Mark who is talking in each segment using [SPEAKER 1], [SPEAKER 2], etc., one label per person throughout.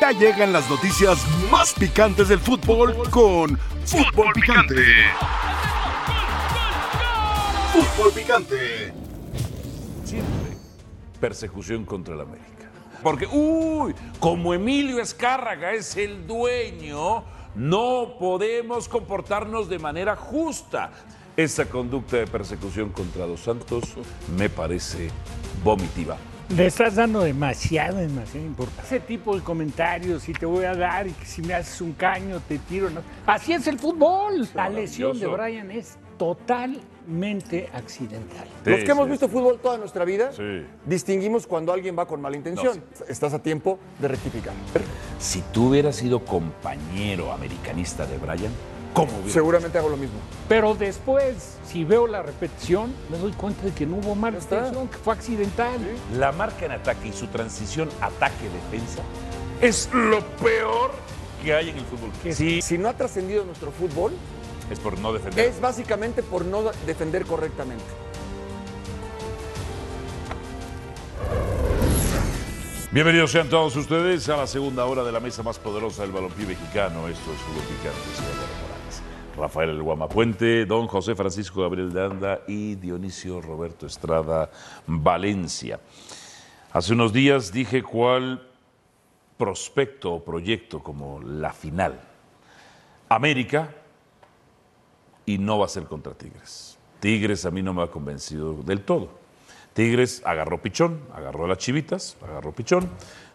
[SPEAKER 1] Ya llegan las noticias más picantes del fútbol con Fútbol Picante. Fútbol Picante.
[SPEAKER 2] Siempre persecución contra el América. Porque, uy, como Emilio Escárraga es el dueño, no podemos comportarnos de manera justa. Esa conducta de persecución contra los Santos me parece vomitiva.
[SPEAKER 3] Le estás dando demasiada, demasiada importancia. Ese tipo de comentarios, si te voy a dar y que si me haces un caño, te tiro. ¿no? Así es el fútbol. La lesión de Brian es totalmente accidental.
[SPEAKER 4] Los
[SPEAKER 2] Sí,
[SPEAKER 4] que hemos
[SPEAKER 2] sí.
[SPEAKER 4] visto fútbol toda nuestra vida,
[SPEAKER 2] Sí.
[SPEAKER 4] distinguimos cuando alguien va con mala intención. Estás a tiempo de rectificar.
[SPEAKER 2] Si tú hubieras sido compañero americanista de Brian, ¿cómo hubieras?
[SPEAKER 4] Seguramente hago lo mismo.
[SPEAKER 3] Pero después, si veo la repetición, me doy cuenta de que no hubo mala
[SPEAKER 4] Ya está.
[SPEAKER 3] intención, que fue accidental.
[SPEAKER 2] La marca en ataque y su transición ataque-defensa es lo peor que hay en el fútbol.
[SPEAKER 3] ¿Qué?
[SPEAKER 2] Sí,
[SPEAKER 4] Si no ha trascendido nuestro fútbol,
[SPEAKER 2] es por no defender.
[SPEAKER 4] es básicamente por no defender correctamente.
[SPEAKER 2] Bienvenidos sean todos ustedes a la segunda hora de la mesa más poderosa del balompié mexicano. Esto es Fútbol Picante, soy Álvaro Morales. Rafael El Guamapuente, don José Francisco Gabriel de Anda y Dionisio Roberto Estrada Valencia. Hace unos días dije cuál prospecto o proyecto como la final. América y no va a ser contra Tigres. Tigres a mí no me ha convencido del todo. Tigres agarró pichón, agarró a las chivitas, agarró pichón.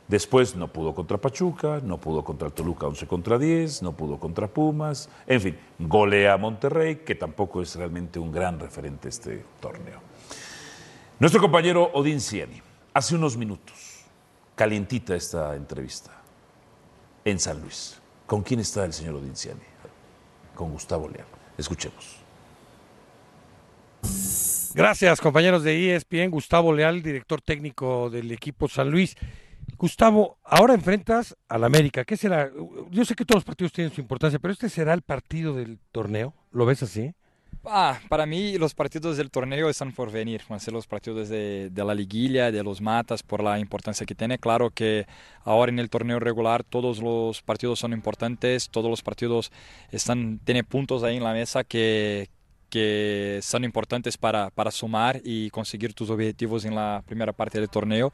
[SPEAKER 2] Después no pudo contra Pachuca, no pudo contra el Toluca 11 contra 10, no pudo contra Pumas. En fin, golea a Monterrey, que tampoco es realmente un gran referente este torneo. Nuestro compañero Odín Ciani, hace unos minutos, calientita esta entrevista, en San Luis. ¿Con quién está el señor Odín Ciani? Con Gustavo Leal. Escuchemos.
[SPEAKER 5] Gracias, compañeros de E ESPN. Gustavo Leal, director técnico del equipo San Luis. Gustavo, ahora enfrentas al América. ¿Qué será? Yo sé que todos los partidos tienen su importancia, pero este será el partido del torneo. ¿Lo ves así?
[SPEAKER 6] Ah, para mí los partidos del torneo están por venir, van a ser los partidos de, de la liguilla, de los matas, por la importancia que tiene. Claro que ahora en el torneo regular todos los partidos son importantes, todos los partidos están, tienen puntos ahí en la mesa que, que son importantes para, para sumar y conseguir tus objetivos en la primera parte del torneo.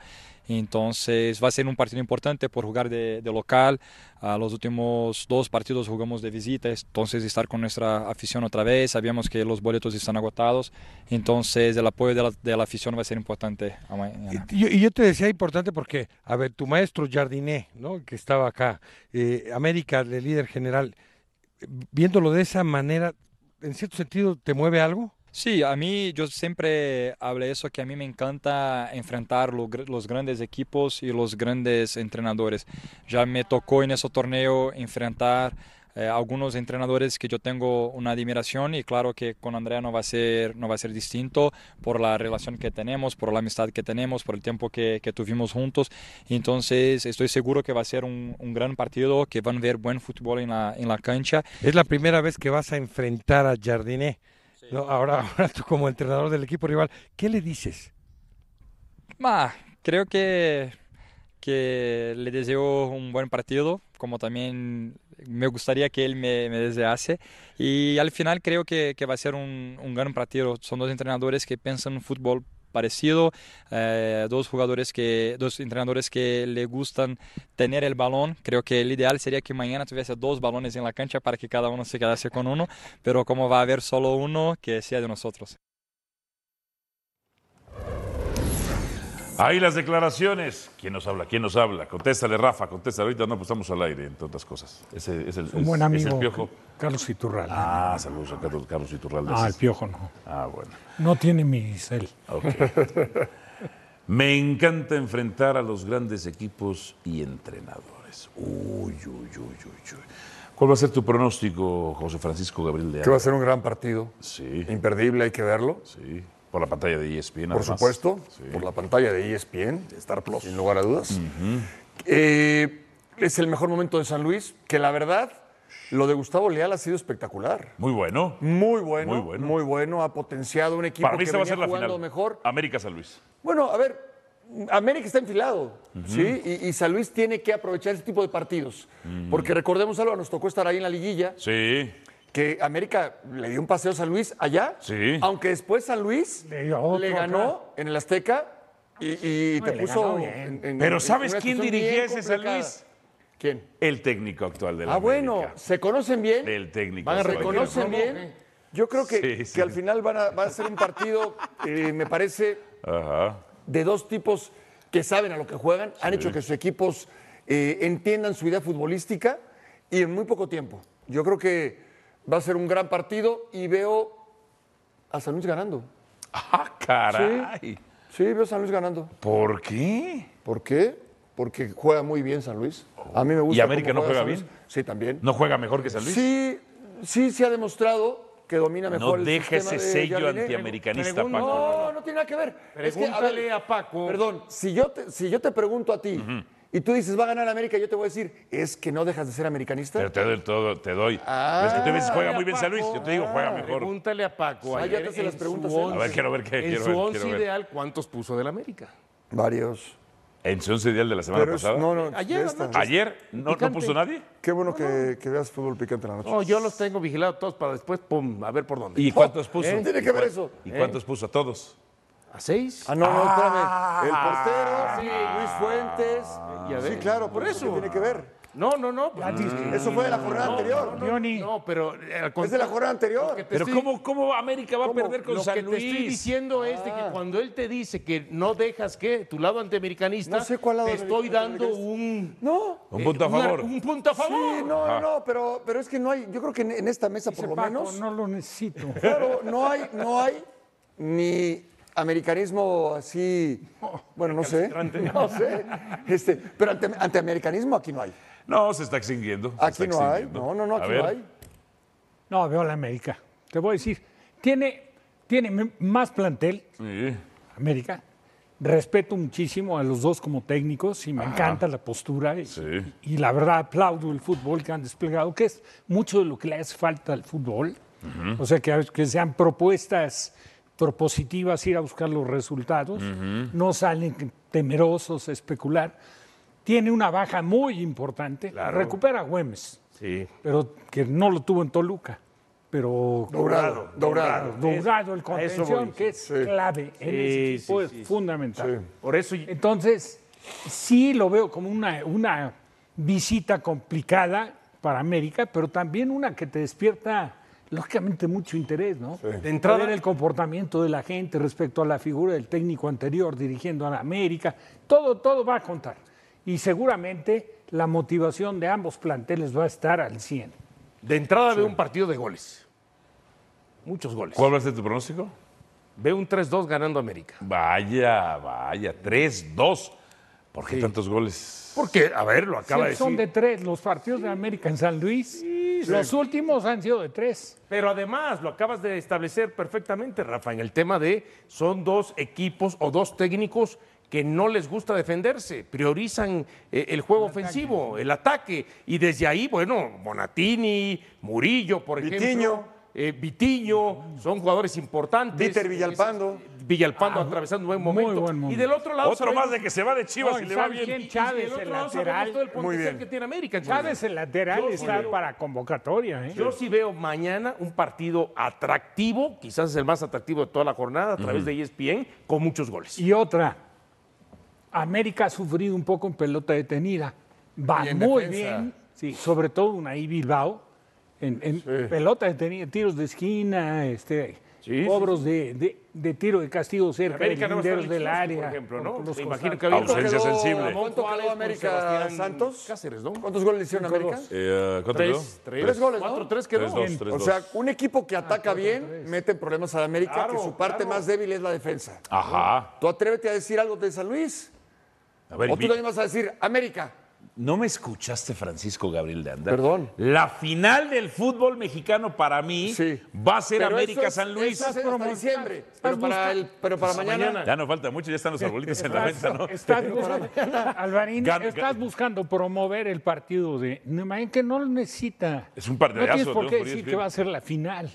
[SPEAKER 6] Entonces va a ser un partido importante por jugar de, de local. Ah, los últimos dos partidos jugamos de visita, entonces estar con nuestra afición otra vez. Sabíamos que los boletos están agotados, entonces el apoyo de la, de la afición va a ser importante. mañana.
[SPEAKER 5] Y, yo- y yo te decía importante porque, a ver, tu maestro Jardiné, ¿no? que estaba acá, eh, América, el líder general, viéndolo de esa manera, ¿en cierto sentido te mueve algo?
[SPEAKER 6] Sí, a mí yo siempre hablé eso, que a mí me encanta enfrentar lo gr- los grandes equipos y los grandes entrenadores. Ya me tocó en ese torneo enfrentar eh, algunos entrenadores que yo tengo una admiración y claro que con Andrea no va a ser, no va a ser distinto por la relación que tenemos, por la amistad que tenemos, por el tiempo que, que tuvimos juntos. Entonces estoy seguro que va a ser un, un gran partido, que van a ver buen fútbol en la, en la cancha.
[SPEAKER 5] Es la primera vez que vas a enfrentar a Jardiné. ¿no? Ahora, ahora tú como entrenador del equipo rival, ¿qué le dices?
[SPEAKER 6] Bah, creo que, que le deseo un buen partido, como también me gustaría que él me, me desease. Y al final creo que, que va a ser un, un gran partido. Son dos entrenadores que piensan un fútbol parecido, eh, dos jugadores que, dos entrenadores que le gustan tener el balón. Creo que el ideal sería que mañana tuviese dos balones en la cancha para que cada uno se quedase con uno, pero como va a haber solo uno, que sea de nosotros.
[SPEAKER 2] Ahí las declaraciones. ¿Quién nos habla? ¿Quién nos habla? Contéstale, Rafa, contéstale. Ahorita no, pues estamos al aire, entre otras cosas. Ese es el,
[SPEAKER 3] Un
[SPEAKER 2] es-
[SPEAKER 3] buen
[SPEAKER 2] es
[SPEAKER 3] amigo,
[SPEAKER 2] el piojo.
[SPEAKER 3] Carlos Iturralde. Ah,
[SPEAKER 2] Ah, saludos a Carlos, Carlos Iturralde.
[SPEAKER 3] el piojo no.
[SPEAKER 2] Ah, bueno.
[SPEAKER 3] No tiene mi cel.
[SPEAKER 2] ok. Me encanta enfrentar a los grandes equipos y entrenadores. Uy, uy, uy, uy, uy. ¿Cuál va a ser tu pronóstico, José Francisco Gabriel de
[SPEAKER 4] Que va a
[SPEAKER 2] Anda?
[SPEAKER 4] ser un gran partido.
[SPEAKER 2] Sí,
[SPEAKER 4] Imperdible, hay que verlo.
[SPEAKER 2] sí. Por la pantalla de E ESPN.
[SPEAKER 4] Por
[SPEAKER 2] además.
[SPEAKER 4] supuesto,
[SPEAKER 2] Sí. Mm.
[SPEAKER 4] por la pantalla de E ESPN, de Star Plus, sin lugar a dudas. Eh, es el mejor momento de San Luis, que la verdad, lo de Gustavo Leal ha sido espectacular.
[SPEAKER 2] Muy bueno.
[SPEAKER 4] Muy bueno,
[SPEAKER 2] Muy
[SPEAKER 4] muy
[SPEAKER 2] bueno.
[SPEAKER 4] bueno, ha potenciado un equipo
[SPEAKER 2] Para mí
[SPEAKER 4] que
[SPEAKER 2] esta va a
[SPEAKER 4] venía
[SPEAKER 2] ser la
[SPEAKER 4] jugando
[SPEAKER 2] final.
[SPEAKER 4] mejor.
[SPEAKER 2] América San Luis.
[SPEAKER 4] Bueno, a ver, América está enfilado, ¿sí? Y, y San Luis tiene que aprovechar ese tipo de partidos. Porque recordemos algo, nos tocó estar ahí en la liguilla,
[SPEAKER 2] Sí,
[SPEAKER 4] que América le dio un paseo a San Luis allá,
[SPEAKER 2] Sí.
[SPEAKER 4] aunque después San Luis
[SPEAKER 3] Le dio otro
[SPEAKER 4] le
[SPEAKER 3] acá.
[SPEAKER 4] ganó en el Azteca y, y te
[SPEAKER 3] le ganó
[SPEAKER 4] puso...
[SPEAKER 3] bien.
[SPEAKER 2] Pero
[SPEAKER 4] en
[SPEAKER 2] ¿sabes
[SPEAKER 4] una
[SPEAKER 2] quién
[SPEAKER 4] situación
[SPEAKER 2] dirigía
[SPEAKER 4] bien
[SPEAKER 2] ese San
[SPEAKER 4] complicada.
[SPEAKER 2] Luis?
[SPEAKER 4] ¿Quién?
[SPEAKER 2] el técnico actual de la
[SPEAKER 4] Ah, bueno,
[SPEAKER 2] América.
[SPEAKER 4] se conocen bien.
[SPEAKER 2] Del técnico.
[SPEAKER 4] Van a
[SPEAKER 2] español.
[SPEAKER 4] reconocen
[SPEAKER 3] eh.
[SPEAKER 4] bien. Yo creo que,
[SPEAKER 2] Sí,
[SPEAKER 4] que
[SPEAKER 2] sí.
[SPEAKER 4] al final van a, va a ser un partido, eh, me parece,
[SPEAKER 2] Ajá.
[SPEAKER 4] de dos tipos que saben a lo que juegan, han hecho que sus equipos eh, entiendan su idea futbolística y en muy poco tiempo. Yo creo que va a ser un gran partido y veo a San Luis ganando.
[SPEAKER 2] Ah, caray.
[SPEAKER 4] Sí, veo a San Luis ganando.
[SPEAKER 2] ¿Por qué?
[SPEAKER 4] ¿Por qué? Porque juega muy bien San Luis. A mí me gusta.
[SPEAKER 2] Oh. ¿Y América
[SPEAKER 4] cómo
[SPEAKER 2] no juega
[SPEAKER 4] San Luis.
[SPEAKER 2] bien?
[SPEAKER 4] Sí, también.
[SPEAKER 2] ¿No juega mejor que San Luis? Ah,
[SPEAKER 4] Sí, sí se ha demostrado que domina
[SPEAKER 2] No
[SPEAKER 4] mejor el
[SPEAKER 2] deja
[SPEAKER 4] sistema
[SPEAKER 2] ese
[SPEAKER 4] de
[SPEAKER 2] sello
[SPEAKER 4] Jardine.
[SPEAKER 2] antiamericanista,
[SPEAKER 3] Pregun-
[SPEAKER 2] Paco.
[SPEAKER 4] No, no tiene nada que ver. Es que, a,
[SPEAKER 3] Pregúntale
[SPEAKER 4] ver,
[SPEAKER 3] a Paco.
[SPEAKER 4] Perdón, si yo te, si yo te pregunto a ti y tú dices va a ganar América, yo te voy a decir, ¿es que no dejas de ser americanista?
[SPEAKER 2] Pero te doy todo, te doy.
[SPEAKER 4] Ah.
[SPEAKER 2] es que tú me dices,
[SPEAKER 3] Pregúntale
[SPEAKER 2] juega muy
[SPEAKER 3] a
[SPEAKER 2] bien San Luis.
[SPEAKER 3] Paco.
[SPEAKER 2] Yo te digo, juega mejor.
[SPEAKER 7] Pregúntale a Paco.
[SPEAKER 4] Ah, ya te
[SPEAKER 7] ayer
[SPEAKER 4] hacen las
[SPEAKER 7] en
[SPEAKER 4] preguntas,
[SPEAKER 7] su
[SPEAKER 4] ¿eh?
[SPEAKER 7] once-
[SPEAKER 2] A ver, quiero ver qué,
[SPEAKER 7] En
[SPEAKER 2] quiero
[SPEAKER 7] su
[SPEAKER 2] ver,
[SPEAKER 7] once
[SPEAKER 2] quiero ver.
[SPEAKER 7] ideal, ¿cuántos puso del América?
[SPEAKER 4] Varios.
[SPEAKER 2] En su once ideal de la semana
[SPEAKER 4] Pero es-
[SPEAKER 2] pasada.
[SPEAKER 4] no, no,
[SPEAKER 7] Ayer,
[SPEAKER 4] de esta.
[SPEAKER 7] anoche.
[SPEAKER 2] Ayer no, no
[SPEAKER 7] Picante.
[SPEAKER 2] puso nadie.
[SPEAKER 4] Qué bueno que, que veas fútbol picante en la noche.
[SPEAKER 7] No, yo los tengo vigilados todos para después, pum, a ver por dónde. Oh,
[SPEAKER 2] ¿Y cuántos puso?
[SPEAKER 4] ¿eh? Tiene que ver eso. Eh.
[SPEAKER 2] ¿Y cuántos puso a todos?
[SPEAKER 7] ¿A seis?
[SPEAKER 4] Ah, no, no, espérame. Ah. El portero, sí, Luis Fuentes.
[SPEAKER 7] ya
[SPEAKER 4] sí,
[SPEAKER 7] ves.
[SPEAKER 4] claro, por eso. Tiene que ver.
[SPEAKER 7] No, no, no. pues,
[SPEAKER 4] Eso fue de la jornada anterior.
[SPEAKER 3] Johnny.
[SPEAKER 7] No, pero...
[SPEAKER 4] Es
[SPEAKER 7] eh, al
[SPEAKER 4] de la
[SPEAKER 7] contrario,
[SPEAKER 4] jornada anterior.
[SPEAKER 7] que te
[SPEAKER 2] Pero
[SPEAKER 7] estoy-
[SPEAKER 2] ¿cómo, ¿cómo América va a perder con
[SPEAKER 7] lo
[SPEAKER 2] San
[SPEAKER 7] que
[SPEAKER 2] Luis?
[SPEAKER 7] te estoy diciendo es de que cuando él te dice que no dejas que tu lado antiamericanista,
[SPEAKER 4] No sé cuál lado
[SPEAKER 7] Ah. te estoy
[SPEAKER 4] americanista
[SPEAKER 7] dando
[SPEAKER 4] es.
[SPEAKER 7] un,
[SPEAKER 4] No.
[SPEAKER 2] Un
[SPEAKER 7] eh,
[SPEAKER 2] punto a
[SPEAKER 7] una-
[SPEAKER 2] favor. Ah.
[SPEAKER 7] un punto a favor.
[SPEAKER 4] Sí, no, no, no, pero, pero es que no hay, yo creo que en en esta mesa por
[SPEAKER 3] Dice
[SPEAKER 4] lo
[SPEAKER 3] Paco,
[SPEAKER 4] menos,
[SPEAKER 3] no lo necesito.
[SPEAKER 4] claro, no hay, no hay ni americanismo así, bueno, no sé, no sé, este, pero ante, antiamericanismo aquí no hay.
[SPEAKER 2] No, se está extinguiendo. se
[SPEAKER 4] Aquí
[SPEAKER 2] está
[SPEAKER 4] no hay,
[SPEAKER 2] extinguiendo.
[SPEAKER 4] no, no, no,
[SPEAKER 2] A
[SPEAKER 4] aquí
[SPEAKER 2] ver,
[SPEAKER 4] no hay.
[SPEAKER 3] No, veo a la América. Te voy a decir, tiene, tiene m- más plantel,
[SPEAKER 2] sí.
[SPEAKER 3] América. Respeto muchísimo a los dos como técnicos y me encanta la postura. Y,
[SPEAKER 2] Sí.
[SPEAKER 3] y la verdad aplaudo el fútbol que han desplegado, que es mucho de lo que le hace falta al fútbol. O sea, que, que sean propuestas propositivas, ir a buscar los resultados. No salen temerosos a especular. Tiene una baja muy importante. Recupera a Güemes,
[SPEAKER 7] Sí.
[SPEAKER 3] pero que no lo tuvo en Toluca. Pero
[SPEAKER 4] Doblado, doblado.
[SPEAKER 3] Doblado el
[SPEAKER 7] a eso
[SPEAKER 3] contención,
[SPEAKER 7] voy,
[SPEAKER 3] que es clave en ese
[SPEAKER 7] Sí,
[SPEAKER 3] equipo,
[SPEAKER 7] sí,
[SPEAKER 3] es
[SPEAKER 7] sí, sí.
[SPEAKER 3] fundamental.
[SPEAKER 7] Por eso y-
[SPEAKER 3] Entonces, sí lo veo como una, una visita complicada para América, pero también una que te despierta, lógicamente, mucho interés, ¿no?
[SPEAKER 7] De entrada-
[SPEAKER 3] Ver el comportamiento de la gente respecto a la figura del técnico anterior dirigiendo a la América, todo, todo va a contar. Y seguramente la motivación de ambos planteles va a estar al 100.
[SPEAKER 7] de entrada veo un partido de goles. Muchos goles.
[SPEAKER 2] ¿Cuál va a ser tu pronóstico?
[SPEAKER 7] Veo un 3-2 ganando América.
[SPEAKER 2] Vaya, vaya. 3-2. ¿Por qué tantos goles?
[SPEAKER 7] Porque, a ver, lo acaba
[SPEAKER 3] Siempre
[SPEAKER 7] de
[SPEAKER 3] son de
[SPEAKER 7] decir.
[SPEAKER 3] tres los partidos de América en San Luis. Los últimos han sido de tres.
[SPEAKER 7] Pero además, lo acabas de establecer perfectamente, Rafa, en el tema de son dos equipos o dos técnicos que no les gusta defenderse, priorizan eh, el juego ofensivo, el ataque. Y desde ahí, bueno, Monatini, Murillo, por
[SPEAKER 4] Vitiño.
[SPEAKER 7] ejemplo. eh, Vitiño, son jugadores importantes. Eh,
[SPEAKER 4] Dieter Villalpando.
[SPEAKER 7] Villalpando atravesando un buen
[SPEAKER 3] Ah, muy
[SPEAKER 7] momento.
[SPEAKER 3] buen
[SPEAKER 7] Y
[SPEAKER 3] momento.
[SPEAKER 7] del otro lado,
[SPEAKER 2] Otro
[SPEAKER 7] sabemos-
[SPEAKER 2] más de que se va de Chivas
[SPEAKER 3] No,
[SPEAKER 2] y
[SPEAKER 3] ¿y
[SPEAKER 2] le va
[SPEAKER 3] saben
[SPEAKER 2] bien.
[SPEAKER 3] quién?
[SPEAKER 7] y
[SPEAKER 3] Chávez,
[SPEAKER 7] del otro
[SPEAKER 3] el
[SPEAKER 7] lado sabemos
[SPEAKER 3] lateral.
[SPEAKER 7] todo el potencial que tiene América.
[SPEAKER 3] Chávez, el lateral,
[SPEAKER 7] Yo sí
[SPEAKER 3] está
[SPEAKER 7] veo.
[SPEAKER 3] para convocatoria. ¿eh?
[SPEAKER 7] Yo sí veo mañana un partido atractivo, quizás el más atractivo de toda la jornada, a través de E ESPN, con muchos goles.
[SPEAKER 3] Y otra, América ha sufrido un poco en pelota detenida. Va
[SPEAKER 4] Y en
[SPEAKER 3] muy
[SPEAKER 4] defensa.
[SPEAKER 3] bien, sí, sobre todo una ahí Bilbao, en, en pelota detenida, tiros de esquina, este,
[SPEAKER 7] Sí, sí,
[SPEAKER 3] cobros De, de- de tiro de castigo cerca de
[SPEAKER 7] América no va a estar
[SPEAKER 3] linderos del
[SPEAKER 7] Lewandowski,
[SPEAKER 3] área.
[SPEAKER 7] por ejemplo,
[SPEAKER 3] con-
[SPEAKER 7] ¿no?
[SPEAKER 3] con los
[SPEAKER 7] Me imagino
[SPEAKER 3] cosas.
[SPEAKER 7] que había
[SPEAKER 2] Ausencia
[SPEAKER 4] quedó-
[SPEAKER 2] sensible.
[SPEAKER 4] ¿Cuánto
[SPEAKER 7] Juárez
[SPEAKER 4] quedó
[SPEAKER 7] con
[SPEAKER 4] América
[SPEAKER 7] Sebastián
[SPEAKER 4] Santos?
[SPEAKER 7] Cáceres, ¿no?
[SPEAKER 4] ¿Cuántos goles le hicieron a América?
[SPEAKER 2] Eh, ¿Cuánto quedó?
[SPEAKER 7] Tres, tres,
[SPEAKER 4] Tres goles, ¿no?
[SPEAKER 7] Cuatro, tres quedó.
[SPEAKER 2] Tres, dos, tres,
[SPEAKER 4] O
[SPEAKER 2] dos.
[SPEAKER 4] sea, un equipo que ataca bien mete en problemas a la América, que
[SPEAKER 7] Claro,
[SPEAKER 4] su parte
[SPEAKER 7] claro.
[SPEAKER 4] más débil es la defensa.
[SPEAKER 2] Ajá.
[SPEAKER 4] Tú atrévete a decir algo de San Luis.
[SPEAKER 2] A ver,
[SPEAKER 4] O tú
[SPEAKER 2] vi-
[SPEAKER 4] también vas a decir, América.
[SPEAKER 2] ¿no me escuchaste, Francisco Gabriel de Anda?
[SPEAKER 4] Perdón.
[SPEAKER 2] La final del fútbol mexicano para mí
[SPEAKER 4] Sí.
[SPEAKER 2] va a ser
[SPEAKER 4] Pero eso es-
[SPEAKER 2] América-San Luis.
[SPEAKER 4] eso es hasta diciembre, pero para, el, pero para mañana.
[SPEAKER 2] Ya no falta mucho, ya están los arbolitos en la venta, ¿no?
[SPEAKER 3] Estás, buscando, Alvarín,
[SPEAKER 2] Gan-
[SPEAKER 3] estás
[SPEAKER 2] gan-
[SPEAKER 3] buscando promover el partido de Nemanja, que no lo necesita.
[SPEAKER 2] Es un partidazo,
[SPEAKER 3] No tienes por
[SPEAKER 2] ¿no?
[SPEAKER 3] qué
[SPEAKER 2] Por
[SPEAKER 3] decir
[SPEAKER 2] ESPN.
[SPEAKER 3] que va a ser la final.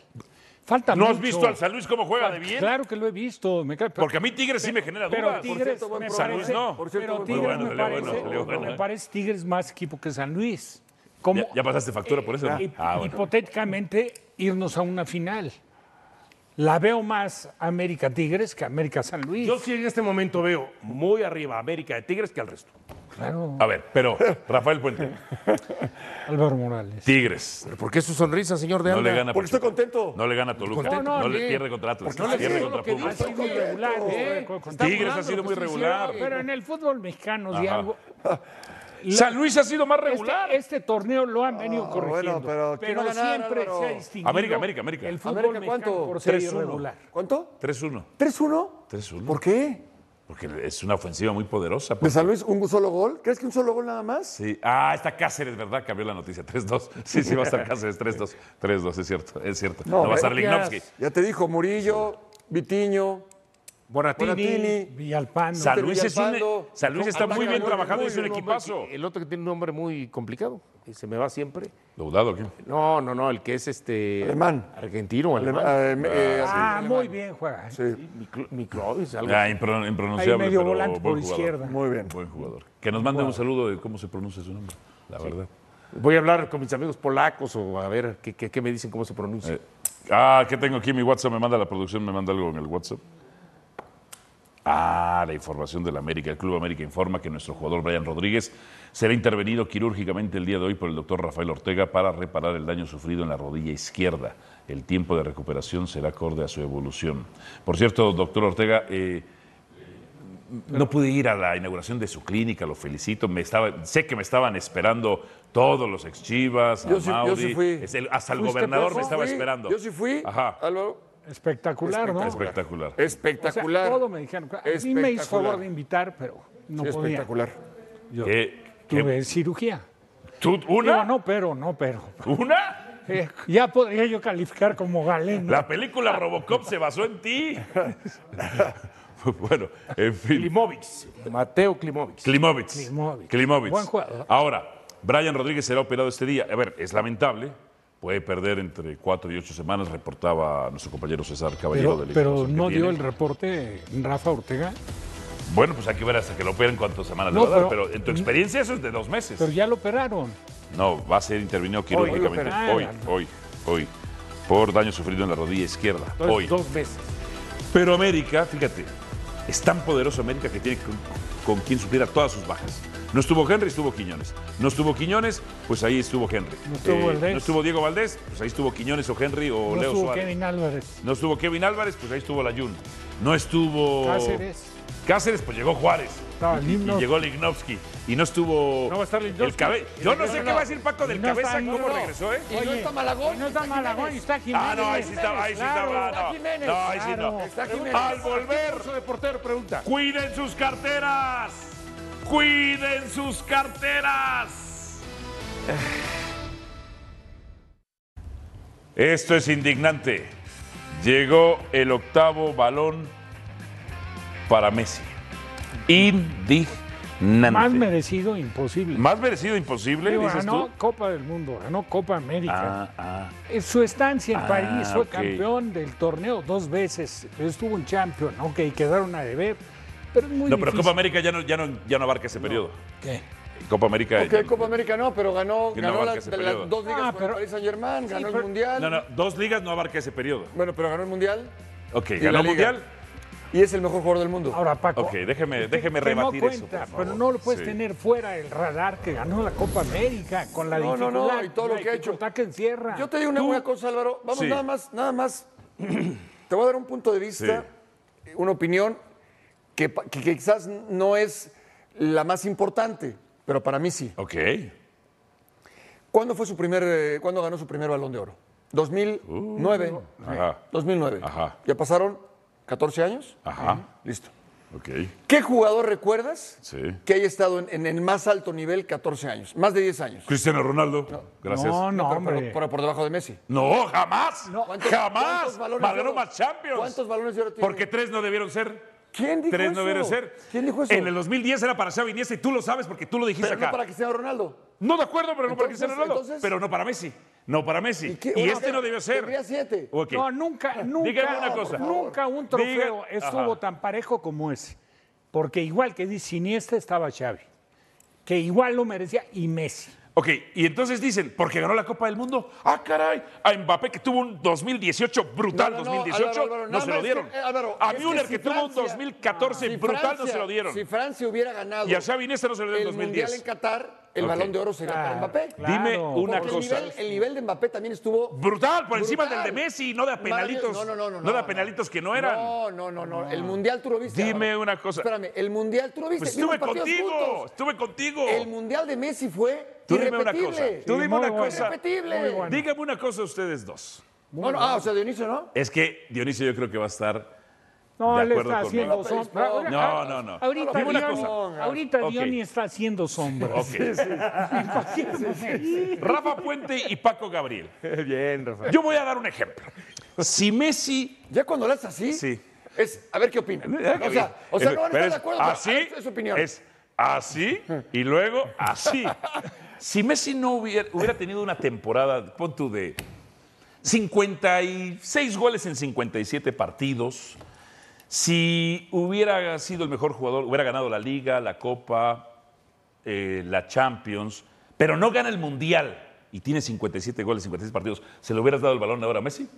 [SPEAKER 3] Falta
[SPEAKER 2] ¿No has
[SPEAKER 3] mucho.
[SPEAKER 2] visto al San Luis cómo juega de bien?
[SPEAKER 3] Claro que lo he visto. me cae-
[SPEAKER 2] Porque a mí Tigres sí me genera
[SPEAKER 3] pero
[SPEAKER 2] dudas.
[SPEAKER 3] Tigres
[SPEAKER 4] cierto, buen
[SPEAKER 3] me
[SPEAKER 4] programa.
[SPEAKER 2] San Luis
[SPEAKER 3] parece,
[SPEAKER 2] no.
[SPEAKER 4] Por cierto,
[SPEAKER 3] pero
[SPEAKER 4] buen
[SPEAKER 3] Tigres
[SPEAKER 2] programa.
[SPEAKER 3] me,
[SPEAKER 2] Bueno, salió
[SPEAKER 3] parece,
[SPEAKER 2] bueno, salió bueno,
[SPEAKER 3] me
[SPEAKER 2] eh.
[SPEAKER 3] parece Tigres más equipo que San Luis. Como-
[SPEAKER 2] Ya, ya pasaste factura por eso. ¿no?
[SPEAKER 3] Hip-
[SPEAKER 2] Ah, bueno.
[SPEAKER 3] Hipotéticamente, irnos a una final. La veo más América Tigres que América San Luis.
[SPEAKER 7] Yo sí en este momento veo muy arriba a América de Tigres que al resto.
[SPEAKER 3] Claro,
[SPEAKER 2] A ver, pero Rafael Puente,
[SPEAKER 3] Álvaro Morales.
[SPEAKER 2] Tigres.
[SPEAKER 7] ¿Por qué su sonrisa, señor de
[SPEAKER 2] No
[SPEAKER 7] Anda?
[SPEAKER 2] le gana a
[SPEAKER 4] Porque estoy
[SPEAKER 2] Pachuca.
[SPEAKER 4] contento.
[SPEAKER 2] No le gana a Toluca. No,
[SPEAKER 3] Contento. No,
[SPEAKER 2] le
[SPEAKER 3] bien.
[SPEAKER 2] pierde contra Atlas.
[SPEAKER 7] no le
[SPEAKER 2] pierde
[SPEAKER 7] digo
[SPEAKER 2] contra
[SPEAKER 7] lo que
[SPEAKER 2] Pumas.
[SPEAKER 7] dice.
[SPEAKER 3] Ha sido irregular, ¿eh? Con- con-
[SPEAKER 2] Tigres ha
[SPEAKER 7] hablando
[SPEAKER 2] sido
[SPEAKER 7] lo
[SPEAKER 2] muy
[SPEAKER 7] que estoy
[SPEAKER 2] regular.
[SPEAKER 3] Pero en el fútbol mexicano, si
[SPEAKER 2] Ajá.
[SPEAKER 3] algo-
[SPEAKER 2] San Luis ha sido más
[SPEAKER 3] Este,
[SPEAKER 2] regular.
[SPEAKER 3] este torneo lo han venido corrigiendo.
[SPEAKER 4] Ah, bueno, pero ¿quién va a ganar,
[SPEAKER 3] siempre
[SPEAKER 4] Álvaro?
[SPEAKER 3] se ha distinguido.
[SPEAKER 2] América, América, América.
[SPEAKER 3] El fútbol
[SPEAKER 4] América,
[SPEAKER 3] mexicano
[SPEAKER 4] ¿cuánto?
[SPEAKER 3] por ser
[SPEAKER 2] 3-1.
[SPEAKER 3] irregular.
[SPEAKER 4] ¿Cuánto?
[SPEAKER 2] 3-1.
[SPEAKER 4] ¿3-1?
[SPEAKER 2] 3-1.
[SPEAKER 4] ¿Por qué?
[SPEAKER 2] Porque es una ofensiva muy poderosa.
[SPEAKER 4] ¿De San Luis un solo gol? ¿Crees que un solo gol nada más?
[SPEAKER 2] Sí. Ah, está Cáceres, ¿verdad? Cambió la noticia. 3-2. Sí, sí, va a estar Cáceres. 3-2. 3-2, es cierto. Es cierto. No, va a estar
[SPEAKER 7] gracias.
[SPEAKER 2] Lignovsky.
[SPEAKER 4] Ya te dijo Murillo, Vitiño,
[SPEAKER 7] Bonatini.
[SPEAKER 4] Bonatini.
[SPEAKER 3] Villalpano.
[SPEAKER 2] San Luis, es un,
[SPEAKER 4] Villalpando.
[SPEAKER 2] San Luis está
[SPEAKER 4] Ataca
[SPEAKER 2] muy bien
[SPEAKER 4] muy,
[SPEAKER 2] trabajado y
[SPEAKER 4] muy
[SPEAKER 2] es un
[SPEAKER 4] bien,
[SPEAKER 2] equipazo.
[SPEAKER 7] El otro que tiene un nombre muy complicado, que se me va siempre.
[SPEAKER 2] ¿Deudado o qué?
[SPEAKER 7] No, no, no, el que es este.
[SPEAKER 4] Alemán.
[SPEAKER 7] Argentino,
[SPEAKER 4] Ale-
[SPEAKER 7] alemán.
[SPEAKER 4] eh,
[SPEAKER 2] em-
[SPEAKER 4] eh,
[SPEAKER 3] Ah, muy bien juega.
[SPEAKER 7] Micro- Microbios, algo.
[SPEAKER 2] Ah, impron-
[SPEAKER 3] Ahí
[SPEAKER 2] impronunciable.
[SPEAKER 3] medio
[SPEAKER 2] pero
[SPEAKER 3] volante por
[SPEAKER 2] buen jugador.
[SPEAKER 3] izquierda.
[SPEAKER 4] Muy bien.
[SPEAKER 2] Buen jugador. Que nos mande un saludo de cómo se pronuncia su nombre, la verdad.
[SPEAKER 7] Voy a hablar con mis amigos polacos o a ver qué, qué- qué me dicen, cómo se pronuncia.
[SPEAKER 2] Eh, ah, ¿qué tengo aquí? Mi WhatsApp me manda la producción, me manda algo en el WhatsApp. Ah, la información del América. El Club América informa que nuestro jugador Brian Rodríguez será intervenido quirúrgicamente el día de hoy por el doctor Rafael Ortega para reparar el daño sufrido en la rodilla izquierda. El tiempo de recuperación será acorde a su evolución. Por cierto, doctor Ortega, eh, no pude ir a la inauguración de su clínica, lo felicito. Me estaba, sé que me estaban esperando todos los ex Chivas, a
[SPEAKER 4] Yo sí- yo
[SPEAKER 2] Mauri,
[SPEAKER 4] sí fui.
[SPEAKER 2] es el- hasta el
[SPEAKER 3] ¿Fuiste,
[SPEAKER 2] gobernador
[SPEAKER 3] Pepo?
[SPEAKER 2] me estaba
[SPEAKER 4] Fui,
[SPEAKER 2] esperando.
[SPEAKER 4] Yo sí fui.
[SPEAKER 2] Ajá.
[SPEAKER 4] Álvaro,
[SPEAKER 3] Espectacular, ¿no?
[SPEAKER 2] Espectacular.
[SPEAKER 3] O sea,
[SPEAKER 4] espectacular.
[SPEAKER 3] todo me dijeron. A mí me hizo favor de invitar, pero no
[SPEAKER 4] Sí,
[SPEAKER 3] podía.
[SPEAKER 4] espectacular.
[SPEAKER 2] ¿Qué- qué-
[SPEAKER 3] Tuve cirugía.
[SPEAKER 2] tú- ¿Una?
[SPEAKER 3] No, no, pero, no, pero.
[SPEAKER 2] ¿Una?
[SPEAKER 3] Eh, ya podría yo calificar como galeno.
[SPEAKER 2] La película Robocop se basó en ti. bueno, en fin.
[SPEAKER 7] Klimovic, Mateo Klimovic.
[SPEAKER 2] Klimovic.
[SPEAKER 3] Klimovic.
[SPEAKER 2] Klimovic.
[SPEAKER 3] Buen jugador.
[SPEAKER 2] Pues, Ahora, Brian Rodríguez será operado este día. A ver, es lamentable. Puede perder entre cuatro y ocho semanas, reportaba nuestro compañero César Caballero
[SPEAKER 3] pero
[SPEAKER 2] del
[SPEAKER 3] pero
[SPEAKER 2] Equipo
[SPEAKER 3] no
[SPEAKER 2] Argentino.
[SPEAKER 3] dio el reporte Rafa Ortega.
[SPEAKER 2] Bueno, pues hay que ver hasta que lo operen cuántas semanas
[SPEAKER 3] No,
[SPEAKER 2] le va a dar.
[SPEAKER 3] pero-
[SPEAKER 2] Ah, Pero en tu experiencia eso es de dos meses.
[SPEAKER 3] Pero ya lo operaron.
[SPEAKER 2] No, va a ser intervenido quirúrgicamente.
[SPEAKER 3] Ah,
[SPEAKER 2] Hoy,
[SPEAKER 3] la-
[SPEAKER 2] hoy, hoy. Por daño sufrido en la rodilla izquierda.
[SPEAKER 7] Entonces,
[SPEAKER 2] hoy.
[SPEAKER 7] Dos veces.
[SPEAKER 2] Pero América, fíjate, es tan poderoso América que tiene con, con quien supiera todas sus bajas. No estuvo Henry, estuvo Quiñones. No estuvo Quiñones, pues ahí estuvo Henry. Eh,
[SPEAKER 3] No estuvo Valdés.
[SPEAKER 2] no estuvo Diego Valdés, pues ahí estuvo Quiñones o Henry o
[SPEAKER 3] No
[SPEAKER 2] Leo
[SPEAKER 3] estuvo
[SPEAKER 2] Suárez.
[SPEAKER 3] Kevin Álvarez.
[SPEAKER 2] No estuvo Kevin Álvarez, pues ahí estuvo Layun. No estuvo
[SPEAKER 3] Cáceres.
[SPEAKER 2] Cáceres, pues llegó Juárez.
[SPEAKER 3] Estaba
[SPEAKER 2] Y, y
[SPEAKER 3] Limnos.
[SPEAKER 2] llegó Lignovsky. Y no estuvo.
[SPEAKER 7] No va a estar Limnosky.
[SPEAKER 2] el cabe- Yo no sé qué va a decir Paco del
[SPEAKER 3] No está-
[SPEAKER 2] Cabeza,
[SPEAKER 3] no,
[SPEAKER 2] cómo
[SPEAKER 3] no.
[SPEAKER 2] regresó, ¿eh?
[SPEAKER 4] Y no está Malagón.
[SPEAKER 3] No está Malagón y está Jiménez.
[SPEAKER 2] Ah, no, ahí sí está, ahí sí está,
[SPEAKER 3] Claro,
[SPEAKER 2] ah, no. No, ahí sí no.
[SPEAKER 3] Claro.
[SPEAKER 4] Está Jiménez.
[SPEAKER 2] Al volver.
[SPEAKER 7] Curso de portero pregunta.
[SPEAKER 2] Cuiden sus carteras. Cuiden sus carteras. Esto es indignante. Llegó el octavo balón para Messi. Indignante.
[SPEAKER 3] Más merecido, imposible.
[SPEAKER 2] Más merecido imposible,
[SPEAKER 3] Digo,
[SPEAKER 2] dices
[SPEAKER 3] ganó
[SPEAKER 2] tú.
[SPEAKER 3] Copa del Mundo, ganó Copa América.
[SPEAKER 2] Ah, ah.
[SPEAKER 3] En Su estancia en
[SPEAKER 2] Ah,
[SPEAKER 3] París fue
[SPEAKER 2] ok.
[SPEAKER 3] campeón del torneo dos veces. Estuvo un champion, ok, quedaron a deber. Pero es muy
[SPEAKER 2] No, pero
[SPEAKER 3] difícil.
[SPEAKER 2] Copa América ya no, ya no, ya no abarca ese periodo.
[SPEAKER 3] ¿Qué?
[SPEAKER 2] Copa América. ya
[SPEAKER 4] Ok,
[SPEAKER 2] no-
[SPEAKER 4] Copa América no, pero ganó,
[SPEAKER 2] Que no
[SPEAKER 4] ganó
[SPEAKER 2] abarca
[SPEAKER 4] las,
[SPEAKER 2] ese
[SPEAKER 4] las
[SPEAKER 2] periodo.
[SPEAKER 4] dos ligas
[SPEAKER 3] Ah,
[SPEAKER 4] con
[SPEAKER 3] pero-
[SPEAKER 4] el Paris Saint Germain, ganó el
[SPEAKER 3] pero-
[SPEAKER 4] Mundial.
[SPEAKER 2] No, no, dos ligas no abarca ese periodo.
[SPEAKER 4] Bueno, pero ganó el Mundial
[SPEAKER 2] Ok,
[SPEAKER 4] la
[SPEAKER 2] ganó
[SPEAKER 4] Liga.
[SPEAKER 2] Mundial.
[SPEAKER 4] y es el mejor jugador del mundo.
[SPEAKER 3] Ahora, Paco.
[SPEAKER 2] Ok, déjeme, déjeme
[SPEAKER 3] que
[SPEAKER 2] rebatir
[SPEAKER 3] no
[SPEAKER 2] eso,
[SPEAKER 3] cuenta,
[SPEAKER 2] por favor.
[SPEAKER 3] pero no lo puedes
[SPEAKER 2] Sí.
[SPEAKER 3] tener fuera del radar que ganó la Copa América con la
[SPEAKER 4] No, no,
[SPEAKER 3] dificultad.
[SPEAKER 4] no, y todo lo
[SPEAKER 3] la
[SPEAKER 4] que ha hecho.
[SPEAKER 3] dificultad que encierra.
[SPEAKER 4] Yo te digo una
[SPEAKER 2] Tú-
[SPEAKER 4] buena cosa, Álvaro. Vamos,
[SPEAKER 2] Sí.
[SPEAKER 4] nada más, nada más. Te voy a dar un punto de vista, una opinión que, pa- que quizás no es la más importante, pero para mí sí.
[SPEAKER 2] Ok.
[SPEAKER 4] ¿Cuándo fue su primer, eh, cuándo ganó su primer Balón de Oro? 2009.
[SPEAKER 2] Uh. Ajá.
[SPEAKER 4] 2009.
[SPEAKER 2] Ajá.
[SPEAKER 4] Ya pasaron 14 años.
[SPEAKER 2] Ajá.
[SPEAKER 4] Listo.
[SPEAKER 2] Ah, Ok.
[SPEAKER 4] ¿Qué jugador recuerdas
[SPEAKER 2] Sí.
[SPEAKER 4] que haya estado en, en el más alto nivel 14 años? Más de 10 años.
[SPEAKER 2] Cristiano Ronaldo. Gracias.
[SPEAKER 3] No, no,
[SPEAKER 4] Pero-
[SPEAKER 3] hombre.
[SPEAKER 4] pero- pero por debajo de Messi.
[SPEAKER 2] No, jamás.
[SPEAKER 4] ¿Cuántos-
[SPEAKER 2] jamás.
[SPEAKER 4] cuántos balones de
[SPEAKER 2] Ganó
[SPEAKER 4] oro?
[SPEAKER 2] más Champions.
[SPEAKER 4] ¿Cuántos balones de oro tiene?
[SPEAKER 2] Porque tres no debieron ser.
[SPEAKER 4] ¿Quién dijo
[SPEAKER 2] Tres no
[SPEAKER 4] eso?
[SPEAKER 2] debieron ser.
[SPEAKER 4] ¿Quién dijo eso?
[SPEAKER 2] En el 2010 era para Xavi Iniesta y tú lo sabes porque tú lo dijiste
[SPEAKER 4] Pero no
[SPEAKER 2] acá.
[SPEAKER 4] para Cristiano Ronaldo.
[SPEAKER 2] No, de acuerdo, pero no para
[SPEAKER 4] Entonces,
[SPEAKER 2] Cristiano Ronaldo.
[SPEAKER 4] entonces-
[SPEAKER 2] Pero no para Messi. No para Messi. Y,
[SPEAKER 4] qué? Bueno,
[SPEAKER 2] este no debe ser.
[SPEAKER 4] Tendría siete.
[SPEAKER 2] ¿O qué?
[SPEAKER 3] No, nunca, nunca,
[SPEAKER 2] Dígame una cosa.
[SPEAKER 3] nunca un trofeo
[SPEAKER 2] Diga-
[SPEAKER 3] estuvo
[SPEAKER 2] Ajá.
[SPEAKER 3] tan parejo como ese. Porque igual que dice Siniestra estaba Xavi, que igual lo merecía y Messi.
[SPEAKER 2] Ok, y entonces dicen, porque ganó la Copa del Mundo, ah, caray, a Mbappé que tuvo un 2018 brutal,
[SPEAKER 4] No, no, no,
[SPEAKER 2] 2018,
[SPEAKER 4] Álvaro, Álvaro,
[SPEAKER 2] no
[SPEAKER 4] nada
[SPEAKER 2] se
[SPEAKER 4] más
[SPEAKER 2] lo
[SPEAKER 4] que-
[SPEAKER 2] dieron.
[SPEAKER 4] eh, Álvaro,
[SPEAKER 2] a
[SPEAKER 4] es que
[SPEAKER 2] Müller que,
[SPEAKER 4] si
[SPEAKER 2] tuvo un
[SPEAKER 4] Francia-
[SPEAKER 2] 2014
[SPEAKER 4] Si
[SPEAKER 2] brutal, no
[SPEAKER 4] Francia-
[SPEAKER 2] se lo dieron.
[SPEAKER 4] Si Francia hubiera ganado
[SPEAKER 2] y a Xavi Iniesta no se lo
[SPEAKER 4] el
[SPEAKER 2] dieron en
[SPEAKER 4] Mundial en
[SPEAKER 2] 2010.
[SPEAKER 4] Qatar, el
[SPEAKER 2] Ok.
[SPEAKER 4] balón de oro sería para
[SPEAKER 3] Claro,
[SPEAKER 4] Mbappé.
[SPEAKER 3] claro.
[SPEAKER 2] Dime una
[SPEAKER 4] Porque
[SPEAKER 2] cosa.
[SPEAKER 4] El nivel, el nivel de Mbappé también estuvo.
[SPEAKER 2] Brutal, por encima
[SPEAKER 4] brutal.
[SPEAKER 2] del de Messi, no de a penalitos.
[SPEAKER 4] Maravilloso. No, no, no, no.
[SPEAKER 2] No de a penalitos que no eran. Ah.
[SPEAKER 4] No, no, no, no. El mundial tú lo viste.
[SPEAKER 2] Dime
[SPEAKER 4] Álvaro.
[SPEAKER 2] una cosa.
[SPEAKER 4] Espérame, el mundial tú lo viste.
[SPEAKER 2] Pues
[SPEAKER 4] vimos
[SPEAKER 2] estuve
[SPEAKER 4] partidos
[SPEAKER 2] contigo,
[SPEAKER 4] juntos.
[SPEAKER 2] estuve contigo.
[SPEAKER 4] El mundial de Messi fue.
[SPEAKER 2] Tú dime
[SPEAKER 4] irrepetible.
[SPEAKER 2] una cosa. Tú
[SPEAKER 3] Sí,
[SPEAKER 2] dime
[SPEAKER 3] muy
[SPEAKER 2] una
[SPEAKER 3] bueno.
[SPEAKER 2] cosa.
[SPEAKER 4] Irrepetible.
[SPEAKER 3] Muy bueno.
[SPEAKER 2] Dígame una cosa ustedes dos.
[SPEAKER 4] No, no, ah, o sea, Dionisio, ¿no?
[SPEAKER 2] Es que Dionisio yo creo que va a estar
[SPEAKER 3] No,
[SPEAKER 2] De
[SPEAKER 3] él
[SPEAKER 2] acuerdo
[SPEAKER 3] está
[SPEAKER 2] con
[SPEAKER 3] haciendo
[SPEAKER 2] Miguel.
[SPEAKER 3] sombra.
[SPEAKER 4] No,
[SPEAKER 2] no, no, no.
[SPEAKER 3] Ahorita
[SPEAKER 2] Dime una
[SPEAKER 3] Diony,
[SPEAKER 2] cosa.
[SPEAKER 3] ahorita
[SPEAKER 2] Ok.
[SPEAKER 3] Diony está haciendo sombra.
[SPEAKER 2] Ok. Rafa Puente y Paco Gabriel.
[SPEAKER 7] Bien, Rafa.
[SPEAKER 2] Yo voy a dar un ejemplo. Si Messi.
[SPEAKER 4] Ya cuando lo haces así.
[SPEAKER 2] Sí. Eh,
[SPEAKER 4] Es, a ver qué opinan. O sea, o sea, no van a
[SPEAKER 2] Pero
[SPEAKER 4] estar
[SPEAKER 2] es
[SPEAKER 4] de acuerdo. pero
[SPEAKER 2] Así
[SPEAKER 4] es su opinión.
[SPEAKER 2] es así y luego así. Si Messi no hubiera, hubiera tenido una temporada, pon tú de 56 goles en 57 partidos, si hubiera sido el mejor jugador, hubiera ganado la Liga, la Copa, eh, la Champions, pero no gana el Mundial y tiene 57 goles, 56 partidos, ¿se le hubieras dado el balón ahora a Messi?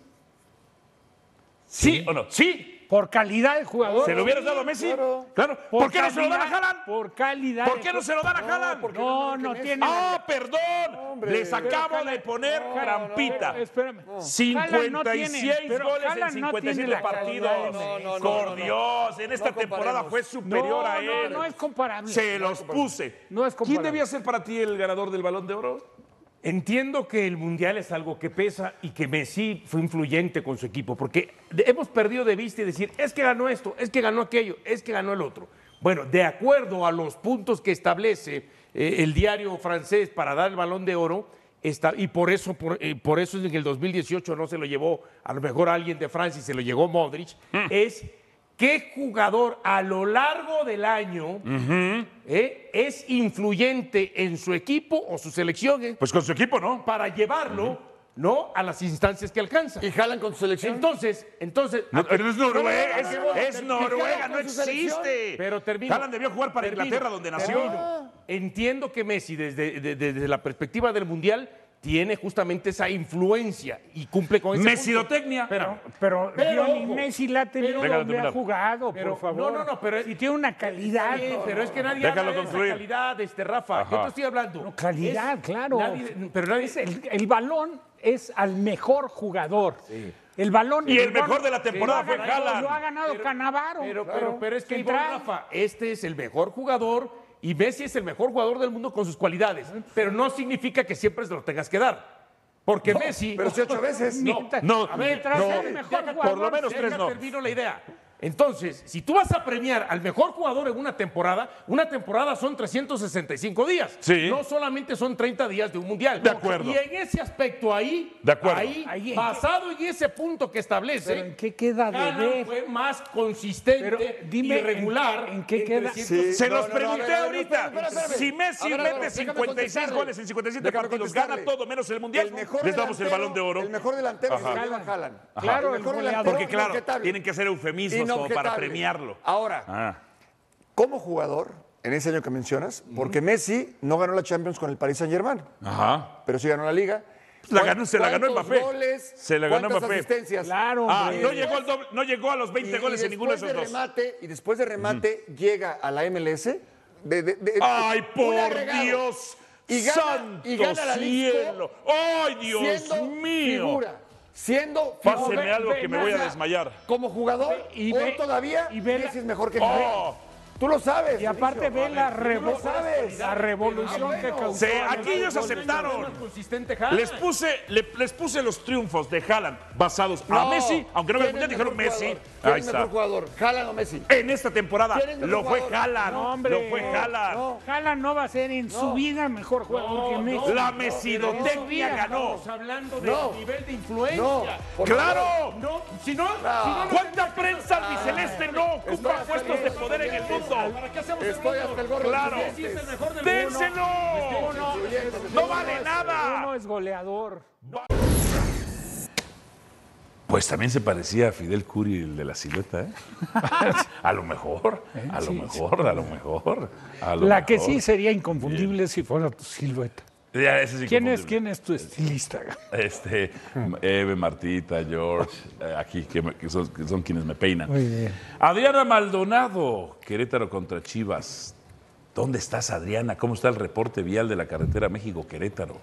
[SPEAKER 2] ¿Sí, o no? Sí.
[SPEAKER 3] Por calidad de jugador.
[SPEAKER 2] ¿Se lo hubieras dado a Messi? Claro. ¿Por, qué no se lo dan a
[SPEAKER 3] calidad-
[SPEAKER 2] Haaland?
[SPEAKER 3] Por calidad.
[SPEAKER 2] ¿Por
[SPEAKER 3] de
[SPEAKER 2] qué no
[SPEAKER 3] jugador.
[SPEAKER 2] se lo dan a Haaland?
[SPEAKER 3] No, no tiene.
[SPEAKER 2] ¡Ah, perdón! Les acabo de poner trampita.
[SPEAKER 3] Eh, Espérame. Haaland
[SPEAKER 2] 56
[SPEAKER 3] no tiene, pero
[SPEAKER 2] goles en
[SPEAKER 3] Haaland no
[SPEAKER 2] 57
[SPEAKER 3] tiene la
[SPEAKER 2] partidos.
[SPEAKER 3] calidad de
[SPEAKER 4] No, no, no,
[SPEAKER 2] Por
[SPEAKER 4] no, no.
[SPEAKER 2] Dios, en esta
[SPEAKER 4] No
[SPEAKER 2] temporada
[SPEAKER 4] comparemos.
[SPEAKER 2] fue superior
[SPEAKER 3] No, no,
[SPEAKER 2] a él.
[SPEAKER 3] no es comparable.
[SPEAKER 2] Se
[SPEAKER 3] No
[SPEAKER 2] los puse.
[SPEAKER 3] No es
[SPEAKER 2] ¿Quién
[SPEAKER 3] comparable.
[SPEAKER 2] debía ser para ti el ganador del Balón de Oro?
[SPEAKER 7] Entiendo que el Mundial es algo que pesa y que Messi fue influyente con su equipo, porque de- hemos perdido de vista y decir, es que ganó esto, es que ganó aquello, es que ganó el otro. Bueno, de acuerdo a los puntos que establece eh, el diario francés para dar el balón de oro, está, y por eso, por, eh, por eso es que en el 2018 no se lo llevó a lo mejor alguien de Francia y se lo llegó Modric,
[SPEAKER 2] Mm.
[SPEAKER 7] es qué jugador a lo largo del año eh, es influyente en su equipo o su selección. eh,
[SPEAKER 2] Pues con su equipo, ¿no?
[SPEAKER 7] para llevarlo, ¿no? A las instancias que alcanza.
[SPEAKER 4] Y jalan con su selección.
[SPEAKER 7] Entonces, entonces.
[SPEAKER 2] No, pero es Noruega,
[SPEAKER 4] No, no, no, no,
[SPEAKER 2] es, es
[SPEAKER 4] no, no, no,
[SPEAKER 2] Noruega,
[SPEAKER 4] no, no, no,
[SPEAKER 2] no
[SPEAKER 4] no,
[SPEAKER 2] existe.
[SPEAKER 7] pero termino.
[SPEAKER 2] Haaland debió jugar para
[SPEAKER 7] Termino.
[SPEAKER 2] Inglaterra, donde nació.
[SPEAKER 7] Termino. Entiendo que Messi, desde, de- de- desde la perspectiva del Mundial, tiene justamente esa influencia y cumple con ese
[SPEAKER 2] Mesidotecnia.
[SPEAKER 7] Pero,
[SPEAKER 3] Pero,
[SPEAKER 7] Pero,
[SPEAKER 3] Diony
[SPEAKER 7] ojo.
[SPEAKER 3] Messi la ha tenido
[SPEAKER 2] Déjalo
[SPEAKER 3] donde ha
[SPEAKER 2] terminar.
[SPEAKER 3] jugado,
[SPEAKER 7] Pero,
[SPEAKER 3] por favor.
[SPEAKER 7] no, no, no, pero-
[SPEAKER 3] Si tiene una calidad. no,
[SPEAKER 7] pero es que nadie
[SPEAKER 2] Déjalo
[SPEAKER 7] habla de esa
[SPEAKER 2] concluir.
[SPEAKER 7] calidad, este, Rafa. Yo te estoy hablando.
[SPEAKER 3] Ah. no, calidad,
[SPEAKER 7] Es-
[SPEAKER 3] claro.
[SPEAKER 7] nadie- pero nadie...
[SPEAKER 3] Es el, el balón es al mejor jugador. El balón.
[SPEAKER 2] Y el
[SPEAKER 3] balón-
[SPEAKER 2] mejor de la
[SPEAKER 3] lo
[SPEAKER 2] temporada
[SPEAKER 3] ha
[SPEAKER 2] fue
[SPEAKER 3] ganado-
[SPEAKER 2] Haaland.
[SPEAKER 3] Lo ha ganado Canavaro.
[SPEAKER 7] Pero,
[SPEAKER 3] Claro.
[SPEAKER 7] pero, pero es que ahí voy,
[SPEAKER 3] Central.
[SPEAKER 7] Rafa, este es el mejor jugador y Messi es el mejor jugador del mundo con sus cualidades. Pero no significa que siempre se lo tengas que dar. Porque Messi.
[SPEAKER 4] pero sí ocho veces.
[SPEAKER 7] No,
[SPEAKER 2] No,
[SPEAKER 7] a ver,
[SPEAKER 3] Mientras
[SPEAKER 7] no,
[SPEAKER 3] sea el mejor
[SPEAKER 7] déjame-
[SPEAKER 3] jugador,
[SPEAKER 7] por lo menos
[SPEAKER 2] tres
[SPEAKER 7] tres
[SPEAKER 2] no.
[SPEAKER 7] termino la idea. Entonces, si tú vas a premiar al mejor jugador en una temporada, una temporada son 365 días.
[SPEAKER 2] Sí.
[SPEAKER 7] No solamente son 30 días de un mundial.
[SPEAKER 2] De acuerdo.
[SPEAKER 7] Y en ese aspecto ahí,
[SPEAKER 2] De acuerdo.
[SPEAKER 7] ahí,
[SPEAKER 3] Ahí en-
[SPEAKER 7] basado en ese punto que establece,
[SPEAKER 3] Pero ¿en qué queda de
[SPEAKER 7] Haaland
[SPEAKER 3] ver?
[SPEAKER 7] fue más consistente
[SPEAKER 3] Pero dime
[SPEAKER 7] y regular.
[SPEAKER 3] en- en qué queda.
[SPEAKER 7] 300.
[SPEAKER 2] Se
[SPEAKER 4] No, no,
[SPEAKER 2] los
[SPEAKER 4] no,
[SPEAKER 2] pregunté
[SPEAKER 4] a ver, a ver,
[SPEAKER 2] ahorita.
[SPEAKER 4] espera, espera, espera.
[SPEAKER 2] Si Messi
[SPEAKER 4] A ver, a ver,
[SPEAKER 2] mete
[SPEAKER 4] déjame
[SPEAKER 2] 56
[SPEAKER 4] contestarle.
[SPEAKER 2] goles en 57
[SPEAKER 4] Déjame
[SPEAKER 2] partidos,
[SPEAKER 4] contestarle.
[SPEAKER 2] gana todo menos el mundial,
[SPEAKER 4] El mejor
[SPEAKER 2] les damos el
[SPEAKER 4] delantero-
[SPEAKER 2] balón de oro.
[SPEAKER 4] El mejor delantero
[SPEAKER 2] Ajá.
[SPEAKER 4] se lleva Haaland.
[SPEAKER 3] Claro, el
[SPEAKER 4] mejor
[SPEAKER 3] goleador.
[SPEAKER 4] delantero
[SPEAKER 2] Porque claro,
[SPEAKER 4] inobjetable.
[SPEAKER 2] tienen que hacer eufemismos como para
[SPEAKER 4] Inobjetable.
[SPEAKER 2] premiarlo.
[SPEAKER 4] Ahora,
[SPEAKER 2] Ah,
[SPEAKER 4] como jugador, en ese año que mencionas, porque Messi no ganó la Champions con el Paris Saint-Germain,
[SPEAKER 2] Ajá.
[SPEAKER 4] pero sí ganó la Liga.
[SPEAKER 2] La ganó- se la ganó
[SPEAKER 4] ¿Cuántos
[SPEAKER 2] Mbappé.
[SPEAKER 4] goles?
[SPEAKER 2] Se la ganó
[SPEAKER 4] ¿Cuántas
[SPEAKER 2] Mbappé.
[SPEAKER 4] asistencias?
[SPEAKER 3] Claro,
[SPEAKER 2] Ah,
[SPEAKER 3] hombre.
[SPEAKER 2] no llegó, al doble- no llegó a los 20 goles en ninguno de esos
[SPEAKER 4] después
[SPEAKER 2] dos.
[SPEAKER 4] remate, y después de remate llega a la MLS. de- de- de-
[SPEAKER 2] ¡Ay,
[SPEAKER 4] un
[SPEAKER 2] por
[SPEAKER 4] agregado.
[SPEAKER 2] Dios!
[SPEAKER 4] Y gana-
[SPEAKER 2] ¡Santo
[SPEAKER 4] y gana la Leagues Cup
[SPEAKER 2] cielo! ¡Ay, Dios
[SPEAKER 4] siendo
[SPEAKER 2] mío!
[SPEAKER 4] Figura, siendo
[SPEAKER 2] Pásenme
[SPEAKER 4] figura.
[SPEAKER 2] algo que me voy a desmayar.
[SPEAKER 4] Como jugador,
[SPEAKER 3] Y
[SPEAKER 4] y
[SPEAKER 3] ve-
[SPEAKER 4] todavía,
[SPEAKER 3] y
[SPEAKER 4] y
[SPEAKER 3] ve la-
[SPEAKER 4] es mejor que
[SPEAKER 2] ¡Oh!
[SPEAKER 4] Tú lo sabes.
[SPEAKER 3] Y aparte ve la, revo-
[SPEAKER 4] lo sabes. Ah,
[SPEAKER 3] la revolución que causó.
[SPEAKER 2] Se- aquí ellos aceptaron.
[SPEAKER 7] consistente Haaland.
[SPEAKER 2] Les puse, le- les puse los triunfos de Haaland basados a
[SPEAKER 4] No,
[SPEAKER 2] Messi, aunque no me
[SPEAKER 4] ¿quién es
[SPEAKER 2] mundial, dijeron
[SPEAKER 4] mejor
[SPEAKER 2] Messi.
[SPEAKER 4] jugador? ¿Quién
[SPEAKER 2] Ahí
[SPEAKER 4] es mejor
[SPEAKER 2] está.
[SPEAKER 4] jugador? Haaland o Messi.
[SPEAKER 2] En esta temporada
[SPEAKER 4] ¿Quién es mejor
[SPEAKER 2] lo fue
[SPEAKER 4] jugador?
[SPEAKER 2] Haaland.
[SPEAKER 3] No, hombre.
[SPEAKER 2] lo fue Haaland.
[SPEAKER 4] No.
[SPEAKER 3] Haaland no va a ser en su vida mejor jugador que Messi.
[SPEAKER 2] La
[SPEAKER 3] no, no,
[SPEAKER 2] mesidotecnia
[SPEAKER 3] no,
[SPEAKER 2] ganó.
[SPEAKER 7] Estamos hablando del
[SPEAKER 4] No.
[SPEAKER 7] nivel de influencia.
[SPEAKER 4] No, por
[SPEAKER 2] ¡Claro!
[SPEAKER 7] No, si no, si no,
[SPEAKER 4] No.
[SPEAKER 7] no
[SPEAKER 2] ¿Cuánta prensa albiceleste no ocupa
[SPEAKER 4] está
[SPEAKER 2] puestos
[SPEAKER 4] bien,
[SPEAKER 2] de
[SPEAKER 4] está
[SPEAKER 2] poder en el mundo?
[SPEAKER 7] ¿Para qué hacemos
[SPEAKER 4] Estoy hasta el gorro de
[SPEAKER 2] Claro.
[SPEAKER 4] los
[SPEAKER 7] Si es
[SPEAKER 4] dientes.
[SPEAKER 7] el mejor del mundo.
[SPEAKER 2] ¡Dénselo! ¡No vale de nada.
[SPEAKER 3] Uno es goleador.
[SPEAKER 2] Pues también se parecía a Fidel Curi, el de la silueta, ¿eh? a lo mejor, a lo
[SPEAKER 3] Sí, sí.
[SPEAKER 2] mejor, a lo mejor. a lo
[SPEAKER 3] La que
[SPEAKER 2] mejor.
[SPEAKER 3] sí sería inconfundible si fuera tu silueta.
[SPEAKER 2] Ya, ese es
[SPEAKER 3] ¿Quién es,
[SPEAKER 2] inconfundible.
[SPEAKER 3] quién es tu estilista?
[SPEAKER 2] Este, Eve, Martita, George, eh, aquí, que, me- que son, que son quienes me peinan.
[SPEAKER 3] Muy bien.
[SPEAKER 2] Adriana Maldonado, Querétaro contra Chivas. ¿Dónde estás, Adriana? ¿Cómo está el reporte vial de la carretera México-Querétaro?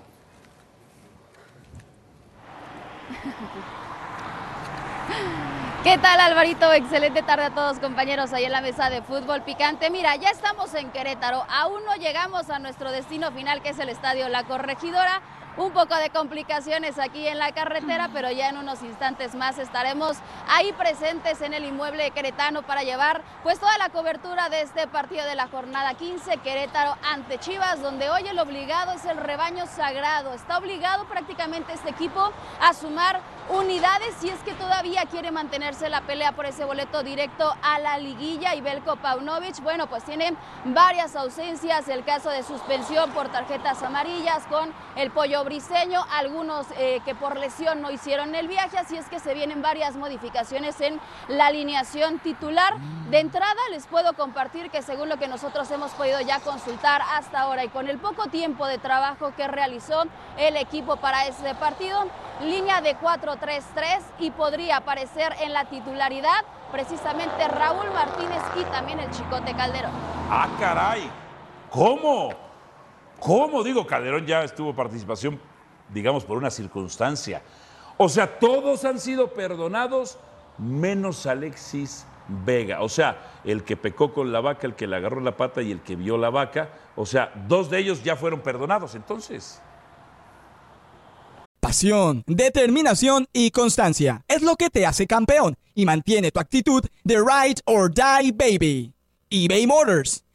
[SPEAKER 8] ¿Qué tal Alvarito? Excelente tarde a todos compañeros ahí en la mesa de fútbol picante. Mira, ya estamos en Querétaro, aún no llegamos a nuestro destino final que es el estadio La Corregidora. Un poco de complicaciones aquí en la carretera, pero ya en unos instantes más estaremos ahí presentes en el inmueble queretano para llevar pues toda la cobertura de este partido de la jornada 15 Querétaro ante Chivas, donde hoy el obligado es el rebaño sagrado. Está obligado prácticamente este equipo a sumar unidades si es que todavía quiere mantenerse la pelea por ese boleto directo a la liguilla. Y Belko Paunovic, bueno, pues tiene varias ausencias, el caso de suspensión por tarjetas amarillas con el pollo briseño, algunos eh, que por lesión no hicieron el viaje, así es que se vienen varias modificaciones en la alineación titular. De entrada les puedo compartir que según lo que nosotros hemos podido ya consultar hasta ahora y con el poco tiempo de trabajo que realizó el equipo para este partido, línea de 4-3-3 y podría aparecer en la titularidad precisamente Raúl Martínez y también el Chicote Calderón.
[SPEAKER 2] ¡Ah, caray! ¿Cómo? ¿Cómo? Digo, Calderón ya estuvo participación, digamos, por una circunstancia. O sea, todos han sido perdonados menos Alexis Vega. O sea, el que pecó con la vaca, el que le agarró la pata y el que vio la vaca. O sea, dos de ellos ya fueron perdonados, entonces.
[SPEAKER 9] Pasión, determinación y constancia es lo que te hace campeón y mantiene tu actitud de ride or die baby. eBay Motors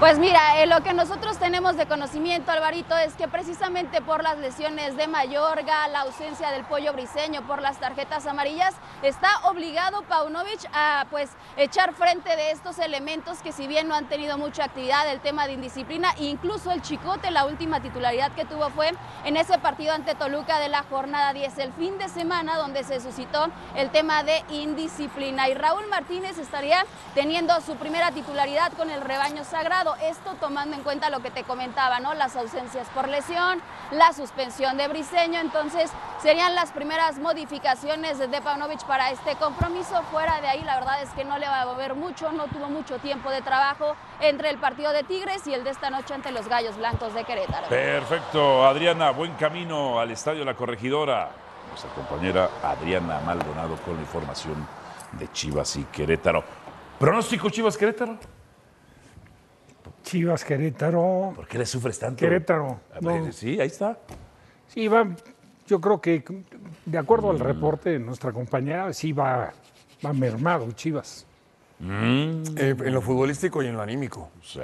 [SPEAKER 8] Pues mira, eh, lo que nosotros tenemos de conocimiento, Alvarito, es que precisamente por las lesiones de Mayorga, la ausencia del pollo briseño, por las tarjetas amarillas, está obligado Paunovic a pues echar frente de estos elementos que si bien no han tenido mucha actividad, el tema de indisciplina, incluso el chicote, la última titularidad que tuvo fue en ese partido ante Toluca de la jornada 10, el fin de semana donde se suscitó el tema de indisciplina. Y Raúl Martínez estaría teniendo su primera titularidad con el rebaño sagrado. Esto tomando en cuenta lo que te comentaba, ¿no? Las ausencias por lesión, la suspensión de Briseño. Entonces, serían las primeras modificaciones de Paunovic para este compromiso. Fuera de ahí, la verdad es que no le va a mover mucho, no tuvo mucho tiempo de trabajo entre el partido de Tigres y el de esta noche ante los Gallos Blancos de Querétaro.
[SPEAKER 2] Perfecto, Adriana, buen camino al Estadio La Corregidora. Nuestra compañera Adriana Maldonado con la información de Chivas y Querétaro. ¿Pronóstico Chivas Querétaro?
[SPEAKER 3] Chivas Querétaro.
[SPEAKER 2] ¿Por qué le sufres tanto?
[SPEAKER 3] Querétaro.
[SPEAKER 2] A ver,
[SPEAKER 3] No.
[SPEAKER 2] Sí, ahí está.
[SPEAKER 3] Sí, va, yo creo que de acuerdo
[SPEAKER 2] Mm.
[SPEAKER 3] al reporte de nuestra compañera, sí va, va mermado Chivas.
[SPEAKER 4] Eh, en lo futbolístico y en lo anímico.
[SPEAKER 2] Mm. Sí.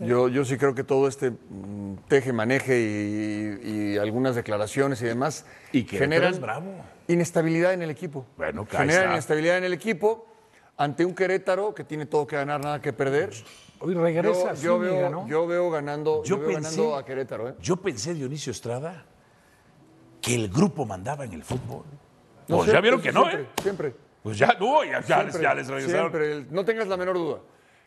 [SPEAKER 4] Yo, yo sí creo que todo este mm, teje, maneje y, y algunas declaraciones y demás
[SPEAKER 2] Y que
[SPEAKER 4] generan
[SPEAKER 2] es bravo.
[SPEAKER 4] inestabilidad en el equipo.
[SPEAKER 2] Bueno, ahí
[SPEAKER 4] generan
[SPEAKER 2] está.
[SPEAKER 4] inestabilidad en el equipo ante un Querétaro que tiene todo que ganar, nada que perder.
[SPEAKER 3] Hoy
[SPEAKER 4] Yo,
[SPEAKER 3] regresa
[SPEAKER 4] yo
[SPEAKER 3] Zúñiga,
[SPEAKER 4] veo,
[SPEAKER 3] ¿no?
[SPEAKER 4] yo veo ganando, yo
[SPEAKER 2] Yo
[SPEAKER 4] veo
[SPEAKER 2] pensé-
[SPEAKER 4] ganando a Querétaro. ¿eh?
[SPEAKER 2] Yo pensé, Dionisio Estrada, que el grupo mandaba en el fútbol.
[SPEAKER 4] No,
[SPEAKER 2] pues
[SPEAKER 4] siempre-
[SPEAKER 2] ya vieron que no,
[SPEAKER 4] siempre,
[SPEAKER 2] ¿eh?
[SPEAKER 4] Siempre.
[SPEAKER 2] Pues ya no, ya, ya les,
[SPEAKER 4] siempre,
[SPEAKER 2] ya les regresaron.
[SPEAKER 4] siempre, el- no tengas la menor duda.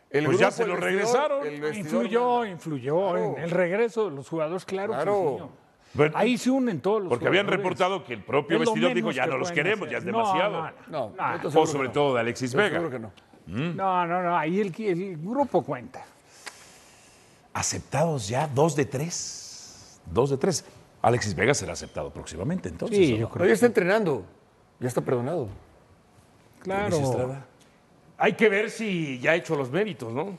[SPEAKER 4] El
[SPEAKER 2] Pues ya
[SPEAKER 4] grupo,
[SPEAKER 2] se
[SPEAKER 4] el
[SPEAKER 2] lo
[SPEAKER 4] vestidor,
[SPEAKER 2] regresaron.
[SPEAKER 4] el vestidor
[SPEAKER 3] Influyó,
[SPEAKER 4] manda.
[SPEAKER 3] influyó
[SPEAKER 4] Claro.
[SPEAKER 3] en el regreso de los jugadores, claro. que
[SPEAKER 4] Claro.
[SPEAKER 3] influyó.
[SPEAKER 2] Bueno,
[SPEAKER 3] Ahí se unen todos los
[SPEAKER 2] Porque habían
[SPEAKER 3] jugadores.
[SPEAKER 2] reportado que el propio
[SPEAKER 3] Es lo
[SPEAKER 2] vestidor dijo,
[SPEAKER 3] menos
[SPEAKER 2] ya
[SPEAKER 3] que
[SPEAKER 2] no los
[SPEAKER 3] pueden
[SPEAKER 2] queremos,
[SPEAKER 3] hacer.
[SPEAKER 2] ya es
[SPEAKER 3] No,
[SPEAKER 2] demasiado.
[SPEAKER 3] no, no.
[SPEAKER 4] No,
[SPEAKER 3] Nah.
[SPEAKER 4] yo te
[SPEAKER 2] O
[SPEAKER 4] aseguro
[SPEAKER 2] sobre
[SPEAKER 4] que no.
[SPEAKER 2] todo de Alexis
[SPEAKER 4] Te
[SPEAKER 2] Vega. ¿Mm?
[SPEAKER 4] aseguro que no.
[SPEAKER 3] No, no, no. Ahí el, el grupo cuenta.
[SPEAKER 2] Aceptados ya, dos de tres. Dos de tres. Alexis Vega será aceptado próximamente, entonces.
[SPEAKER 3] Sí,
[SPEAKER 2] ¿o
[SPEAKER 3] yo
[SPEAKER 2] no?
[SPEAKER 4] No, ya está entrenando. este- Ya está perdonado.
[SPEAKER 2] Luis
[SPEAKER 3] Claro.
[SPEAKER 2] Estrada.
[SPEAKER 7] Hay que ver si ya ha hecho los méritos, ¿no?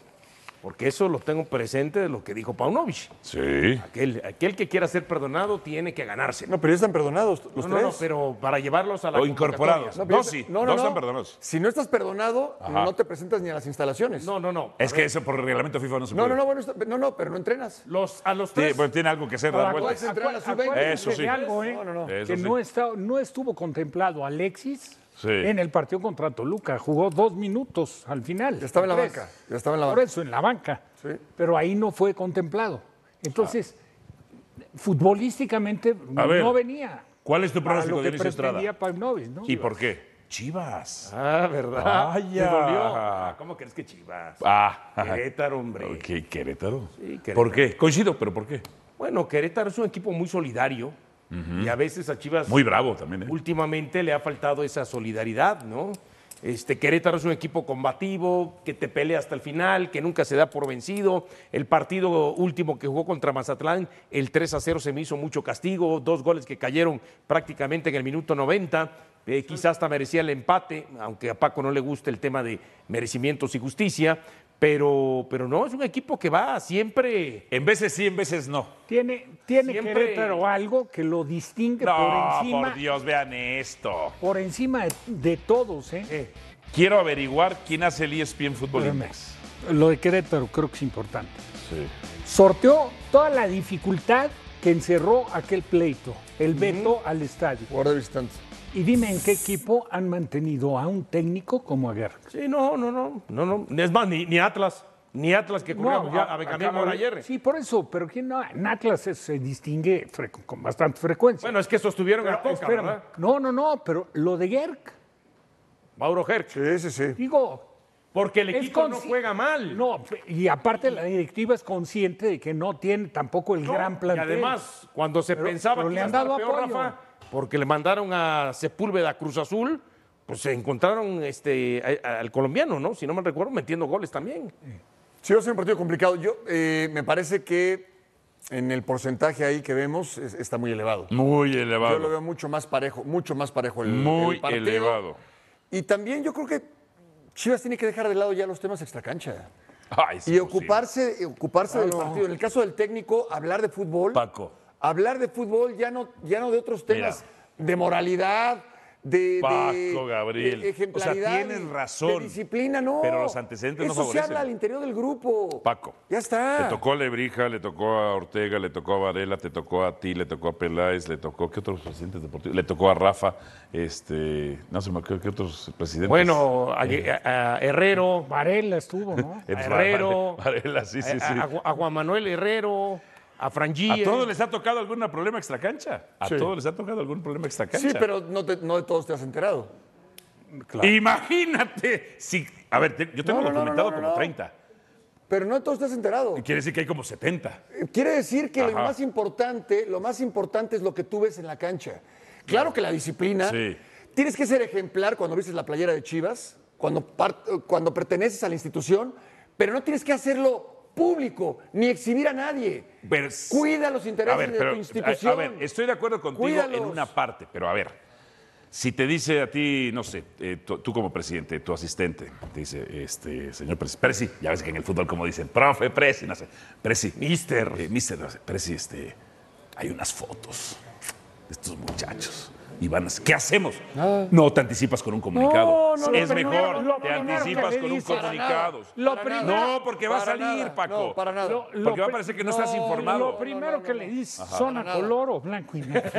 [SPEAKER 7] Porque eso lo tengo presente de lo que dijo Paunovic.
[SPEAKER 2] Sí.
[SPEAKER 7] Aquel, aquel que quiera ser perdonado tiene que ganarse.
[SPEAKER 4] No, pero ya están perdonados los
[SPEAKER 7] no,
[SPEAKER 4] tres.
[SPEAKER 7] no, no, pero para llevarlos a la
[SPEAKER 2] O incorporados.
[SPEAKER 7] convocatoria.
[SPEAKER 2] No, sí. dos están perdonados.
[SPEAKER 4] Si no estás perdonado,
[SPEAKER 2] Ajá.
[SPEAKER 4] no te presentas ni a las instalaciones.
[SPEAKER 7] No, no, no.
[SPEAKER 2] Es que eso por reglamento FIFA no se
[SPEAKER 4] no,
[SPEAKER 2] puede.
[SPEAKER 4] no, no, bueno, está- no, no, pero no entrenas.
[SPEAKER 7] Los, a los
[SPEAKER 2] Tiene,
[SPEAKER 7] tres.
[SPEAKER 2] bueno, pues, tiene algo que hacer, dar
[SPEAKER 4] Ahora,
[SPEAKER 2] vueltas.
[SPEAKER 4] ¿cuál entrar a la sub-veinte.
[SPEAKER 3] Acuérdense
[SPEAKER 2] Eso sí.
[SPEAKER 3] de algo, ¿eh?
[SPEAKER 4] No, no, no.
[SPEAKER 2] Eso
[SPEAKER 3] que
[SPEAKER 2] sí.
[SPEAKER 3] no, está- no estuvo contemplado Alexis
[SPEAKER 2] Sí.
[SPEAKER 3] en el partido contra Toluca. Jugó dos minutos al final.
[SPEAKER 4] Ya estaba en la
[SPEAKER 3] Tres.
[SPEAKER 4] banca. Ya estaba en la
[SPEAKER 3] Por
[SPEAKER 4] banca.
[SPEAKER 3] eso, en la banca.
[SPEAKER 4] Sí.
[SPEAKER 3] Pero ahí no fue contemplado. Entonces, futbolísticamente
[SPEAKER 2] A ver,
[SPEAKER 3] no venía.
[SPEAKER 2] ¿Cuál es tu
[SPEAKER 3] Para lo
[SPEAKER 2] pronóstico,
[SPEAKER 3] que
[SPEAKER 2] Dionisio
[SPEAKER 3] pretendía
[SPEAKER 2] Estrada?
[SPEAKER 3] Pavlovich, ¿no?
[SPEAKER 2] ¿Y por qué? Chivas.
[SPEAKER 7] Ah, ¿verdad? Te
[SPEAKER 2] Vaya.
[SPEAKER 7] dolió. Ah, ¿Cómo crees que Chivas?
[SPEAKER 2] Ah,
[SPEAKER 7] Querétaro, hombre.
[SPEAKER 2] Ok, Querétaro.
[SPEAKER 7] Querétaro.
[SPEAKER 2] ¿Por qué? Coincido, pero ¿por qué?
[SPEAKER 7] Bueno, Querétaro es un equipo muy solidario y a veces a Chivas
[SPEAKER 2] Muy bravo también, ¿eh?
[SPEAKER 7] últimamente le ha faltado esa solidaridad, ¿no? Este, Querétaro es un equipo combativo, que te pelea hasta el final, que nunca se da por vencido. El partido último que jugó contra Mazatlán, el 3 a 0 se me hizo mucho castigo, dos goles que cayeron prácticamente en el minuto 90. Eh, quizás hasta merecía el empate, aunque a Paco no le gusta el tema de merecimientos y justicia, pero, pero no, es un equipo que va siempre
[SPEAKER 2] En veces sí, en veces no.
[SPEAKER 3] Tiene, tiene
[SPEAKER 7] Siempre-
[SPEAKER 3] Querétaro algo que lo distingue
[SPEAKER 2] No,
[SPEAKER 3] por encima,
[SPEAKER 2] Ah, por Dios, vean esto.
[SPEAKER 3] por encima de, de todos, ¿eh?
[SPEAKER 2] Quiero averiguar quién hace el E ESPN Fútbol Index.
[SPEAKER 3] Lo de Querétaro creo que es importante.
[SPEAKER 2] Sí.
[SPEAKER 3] Sorteó toda la dificultad que encerró aquel pleito, el veto al estadio.
[SPEAKER 4] Jugador de visitantes.
[SPEAKER 3] Y dime en qué equipo han mantenido a un técnico como Aguirre.
[SPEAKER 7] Sí, no, no, no, no, no. Es más, ni, ni Atlas, ni Atlas que corríamos
[SPEAKER 3] No,
[SPEAKER 7] ya
[SPEAKER 3] a-
[SPEAKER 7] a Becamín
[SPEAKER 3] acaba
[SPEAKER 7] por
[SPEAKER 3] de-
[SPEAKER 7] ayer.
[SPEAKER 3] Sí, por eso, pero ¿quién no? En Atlas se, se distingue frecu- con bastante frecuencia.
[SPEAKER 7] Bueno, es que sostuvieron
[SPEAKER 3] Pero
[SPEAKER 7] a Coca,
[SPEAKER 3] espérame.
[SPEAKER 7] ¿verdad?
[SPEAKER 3] No, no, no, pero lo de Gerk,
[SPEAKER 7] Mauro Herc.
[SPEAKER 4] Sí, sí, sí.
[SPEAKER 3] digo,
[SPEAKER 7] Porque el
[SPEAKER 3] Es
[SPEAKER 7] equipo no
[SPEAKER 3] consci-
[SPEAKER 7] juega mal.
[SPEAKER 3] no, y aparte la directiva es consciente de que no tiene tampoco el
[SPEAKER 7] No,
[SPEAKER 3] gran plantel.
[SPEAKER 7] Y además, cuando se
[SPEAKER 3] Pero-
[SPEAKER 7] pensaba
[SPEAKER 3] pero
[SPEAKER 7] que
[SPEAKER 3] le
[SPEAKER 7] iba a
[SPEAKER 3] han
[SPEAKER 7] estar
[SPEAKER 3] dado
[SPEAKER 7] peor,
[SPEAKER 3] apoyo.
[SPEAKER 7] Rafa, porque le mandaron a Sepúlveda a Cruz Azul, pues se encontraron este, a- a- al colombiano, ¿no? Si no me recuerdo, metiendo goles también.
[SPEAKER 4] Sí, va a ser un partido complicado. Yo, eh, me parece que en el porcentaje ahí que vemos es- está muy elevado.
[SPEAKER 2] Muy
[SPEAKER 4] Yo lo
[SPEAKER 2] elevado.
[SPEAKER 4] veo mucho más parejo, mucho más parejo el,
[SPEAKER 2] Muy
[SPEAKER 4] el partido.
[SPEAKER 2] elevado.
[SPEAKER 4] Y también yo creo que Chivas tiene que dejar de lado ya los temas extracancha.
[SPEAKER 2] Ay, es
[SPEAKER 4] Y
[SPEAKER 2] imposible.
[SPEAKER 4] ocuparse, ocuparse del partido. En el caso del técnico, hablar de fútbol.
[SPEAKER 2] Paco.
[SPEAKER 4] Hablar de fútbol, ya no, ya no de otros temas, de moralidad, de, de-
[SPEAKER 2] Paco Gabriel.
[SPEAKER 4] de ejemplaridad.
[SPEAKER 2] O sea, tienes
[SPEAKER 4] y
[SPEAKER 2] razón,
[SPEAKER 4] De disciplina, no.
[SPEAKER 2] pero los antecedentes no
[SPEAKER 4] Eso se
[SPEAKER 2] favorecen.
[SPEAKER 4] habla al interior del grupo.
[SPEAKER 2] Paco.
[SPEAKER 4] Ya está.
[SPEAKER 2] Te tocó a Lebrija, le tocó a Ortega, le tocó a Varela, te tocó a ti, le tocó a Peláez, le tocó. ¿Qué otros presidentes deportivos? Le tocó a Rafa, este. No se me acuerdo, ¿qué otros presidentes?
[SPEAKER 7] Bueno, a, a- a Herrero,
[SPEAKER 3] Varela estuvo, ¿no?
[SPEAKER 2] Eh,
[SPEAKER 7] Herrero,
[SPEAKER 2] Varela, sí, sí,
[SPEAKER 7] a,
[SPEAKER 2] sí.
[SPEAKER 7] a- a Juan Manuel Herrero, a Frangí.
[SPEAKER 2] A todos les ha tocado algún problema extracancha. A todos les ha tocado algún problema extracancha.
[SPEAKER 4] Sí, pero no, te- no de todos te has enterado.
[SPEAKER 2] Imagínate si. A ver, te- yo tengo
[SPEAKER 4] No, no, no, no,
[SPEAKER 2] documentado
[SPEAKER 4] no,
[SPEAKER 2] como
[SPEAKER 4] no.
[SPEAKER 2] 30.
[SPEAKER 4] Pero no de todos te has enterado.
[SPEAKER 2] Quiere decir que hay como 70.
[SPEAKER 4] Quiere decir que lo
[SPEAKER 2] Ajá.
[SPEAKER 4] más importante, lo más importante es lo que tú ves en la cancha. Claro que la disciplina.
[SPEAKER 2] Sí.
[SPEAKER 4] Tienes que ser ejemplar cuando vistes la playera de Chivas, cuando, par- cuando perteneces a la institución, pero no tienes que hacerlo público ni exhibir a nadie.
[SPEAKER 2] Pero s-
[SPEAKER 4] Cuida los intereses
[SPEAKER 2] a ver,
[SPEAKER 4] de
[SPEAKER 2] pero,
[SPEAKER 4] tu institución.
[SPEAKER 2] a- a ver, estoy de acuerdo contigo en
[SPEAKER 4] Cuídalos.
[SPEAKER 2] una parte, pero a ver, si te dice a ti, no sé, eh, tú, tú como presidente, tu asistente, te dice, este, señor Presi, Presi, ya ves que en el fútbol como dicen, profe, Presi, no sé, Presi. Mister. mister, no sé, Presi, este, hay unas fotos de estos muchachos. Y van a- ¿Qué hacemos? No te anticipas con un comunicado.
[SPEAKER 3] No, no, lo
[SPEAKER 2] es
[SPEAKER 3] primero-
[SPEAKER 2] mejor,
[SPEAKER 3] lo
[SPEAKER 2] te
[SPEAKER 3] primero que
[SPEAKER 2] anticipas
[SPEAKER 3] le
[SPEAKER 2] con un
[SPEAKER 3] dice, para
[SPEAKER 2] comunicado.
[SPEAKER 3] nada, lo
[SPEAKER 4] primero-
[SPEAKER 2] no, porque va a
[SPEAKER 4] para
[SPEAKER 2] salir,
[SPEAKER 4] nada,
[SPEAKER 2] Paco.
[SPEAKER 4] no, para nada.
[SPEAKER 3] Lo- lo
[SPEAKER 2] porque va a
[SPEAKER 3] pri-
[SPEAKER 2] parecer que no, estás
[SPEAKER 4] no,
[SPEAKER 2] informado.
[SPEAKER 4] no,
[SPEAKER 3] Lo primero que le dices son a
[SPEAKER 4] Para nada.
[SPEAKER 3] color o blanco y negro.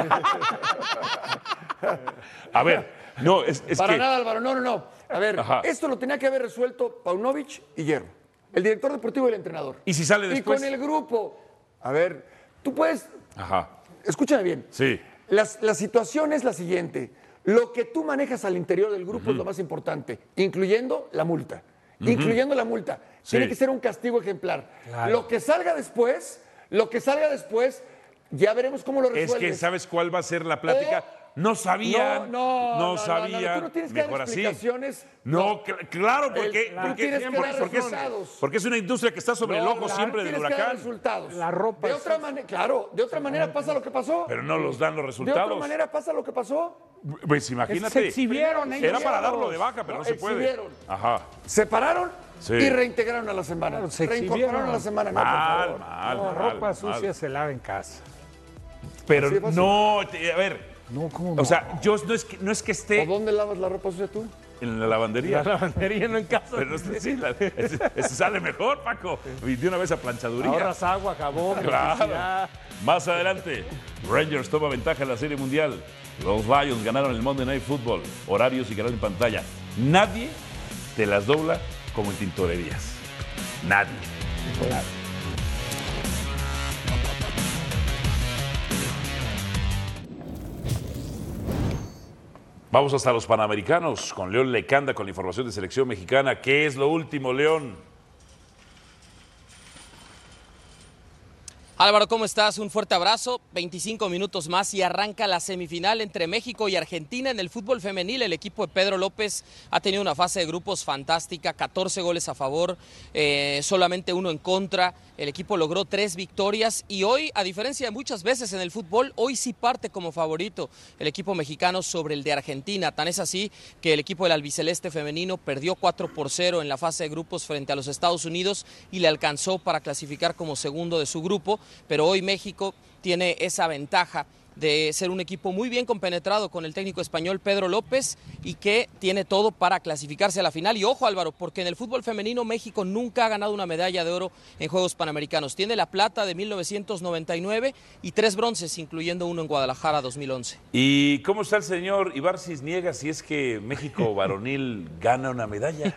[SPEAKER 2] A ver, no, es, es
[SPEAKER 4] Para
[SPEAKER 2] que.
[SPEAKER 4] nada, Álvaro, no, no, no. A ver,
[SPEAKER 2] Ajá.
[SPEAKER 4] esto lo tenía que haber resuelto Paunovic y Hierro, el director deportivo y el entrenador.
[SPEAKER 2] ¿Y si sale después?
[SPEAKER 4] Y con el grupo. A ver, tú puedes,
[SPEAKER 2] Ajá.
[SPEAKER 4] escúchame bien.
[SPEAKER 2] Sí.
[SPEAKER 4] Las- la situación es la siguiente. Lo que tú manejas al interior del grupo es lo más importante, incluyendo la multa. Incluyendo la multa. Tiene
[SPEAKER 2] Sí.
[SPEAKER 4] que ser un castigo ejemplar. Lo que salga después, lo que salga después, ya veremos cómo lo
[SPEAKER 2] Es
[SPEAKER 4] resuelves. Eh,
[SPEAKER 2] que, ¿sabes cuál va a ser la plática? No sabían.
[SPEAKER 4] No, no, no, no,
[SPEAKER 2] sabían.
[SPEAKER 4] no, tú no tienes que
[SPEAKER 2] Mejor
[SPEAKER 4] dar
[SPEAKER 2] así.
[SPEAKER 4] explicaciones.
[SPEAKER 2] No, cl- claro, porque,
[SPEAKER 4] El-
[SPEAKER 2] porque-
[SPEAKER 4] tienes que
[SPEAKER 2] porque-
[SPEAKER 4] dar
[SPEAKER 2] porque es,
[SPEAKER 4] resultados.
[SPEAKER 2] porque es una industria que está sobre el ojo
[SPEAKER 4] la-
[SPEAKER 2] siempre del
[SPEAKER 4] tienes que dar
[SPEAKER 2] huracán.
[SPEAKER 4] resultados.
[SPEAKER 3] La ropa
[SPEAKER 4] De
[SPEAKER 3] es-
[SPEAKER 4] otra manera, claro, de otra manera pasa lo que pasó.
[SPEAKER 2] Pero no los dan los
[SPEAKER 4] De otra
[SPEAKER 2] resultados.
[SPEAKER 4] manera pasa lo que pasó.
[SPEAKER 2] Pues imagínate.
[SPEAKER 3] Se exhibieron ellos.
[SPEAKER 2] Era para darlo de baja, pero
[SPEAKER 4] No,
[SPEAKER 2] no, se puede.
[SPEAKER 4] exhibieron.
[SPEAKER 2] Ajá.
[SPEAKER 4] Separaron
[SPEAKER 2] Sí.
[SPEAKER 4] y reintegraron a la semana.
[SPEAKER 3] Claro, se
[SPEAKER 4] Reincorporaron
[SPEAKER 3] exhibieron.
[SPEAKER 4] a la semana. No, por
[SPEAKER 2] Mal,
[SPEAKER 4] favor.
[SPEAKER 2] mal,
[SPEAKER 3] La
[SPEAKER 2] mal,
[SPEAKER 3] ropa
[SPEAKER 2] mal.
[SPEAKER 3] sucia se lava en casa.
[SPEAKER 2] Pero
[SPEAKER 4] Así de fácil.
[SPEAKER 2] no, te- a ver.
[SPEAKER 3] No, ¿cómo
[SPEAKER 2] O sea, yo no es que, no es que
[SPEAKER 4] ¿O
[SPEAKER 2] esté
[SPEAKER 4] dónde lavas la ropa sucia tú?
[SPEAKER 2] en la lavandería.
[SPEAKER 7] lavandería no en casa.
[SPEAKER 2] Pero no es que sí, la- es- es- sale mejor, Paco. Y de una vez a planchaduría.
[SPEAKER 7] Ahorras agua, jabón.
[SPEAKER 2] Claro.
[SPEAKER 7] electricidad.
[SPEAKER 2] Más adelante, Rangers toma ventaja en la Serie Mundial. Los Lions ganaron el Monday Night Football. Horarios y canal en pantalla. Nadie te las dobla como en tintorerías. Nadie. Vamos hasta los Panamericanos con León Lecanda con la información de selección mexicana. ¿Qué es lo último, León?
[SPEAKER 10] Álvaro, ¿cómo estás? Un fuerte abrazo. 25 minutos más y arranca la semifinal entre México y Argentina en el fútbol femenil. El equipo de Pedro López ha tenido una fase de grupos fantástica, 14 goles a favor, eh, solamente uno en contra. El equipo logró tres victorias y hoy, a diferencia de muchas veces en el fútbol, hoy sí parte como favorito el equipo mexicano sobre el de Argentina. Tan es así que el equipo del albiceleste femenino perdió 4 por 0 en la fase de grupos frente a los Estados Unidos y le alcanzó para clasificar como segundo de su grupo, pero hoy México tiene esa ventaja de ser un equipo muy bien compenetrado con el técnico español Pedro López y que tiene todo para clasificarse a la final. Y ojo Álvaro, porque en el fútbol femenino México nunca ha ganado una medalla de oro en Juegos Panamericanos. Tiene la plata de 1999 y tres bronces, incluyendo uno en Guadalajara 2011.
[SPEAKER 2] ¿Y cómo está el señor Ibar Cisniega si es que México varonil gana una medalla?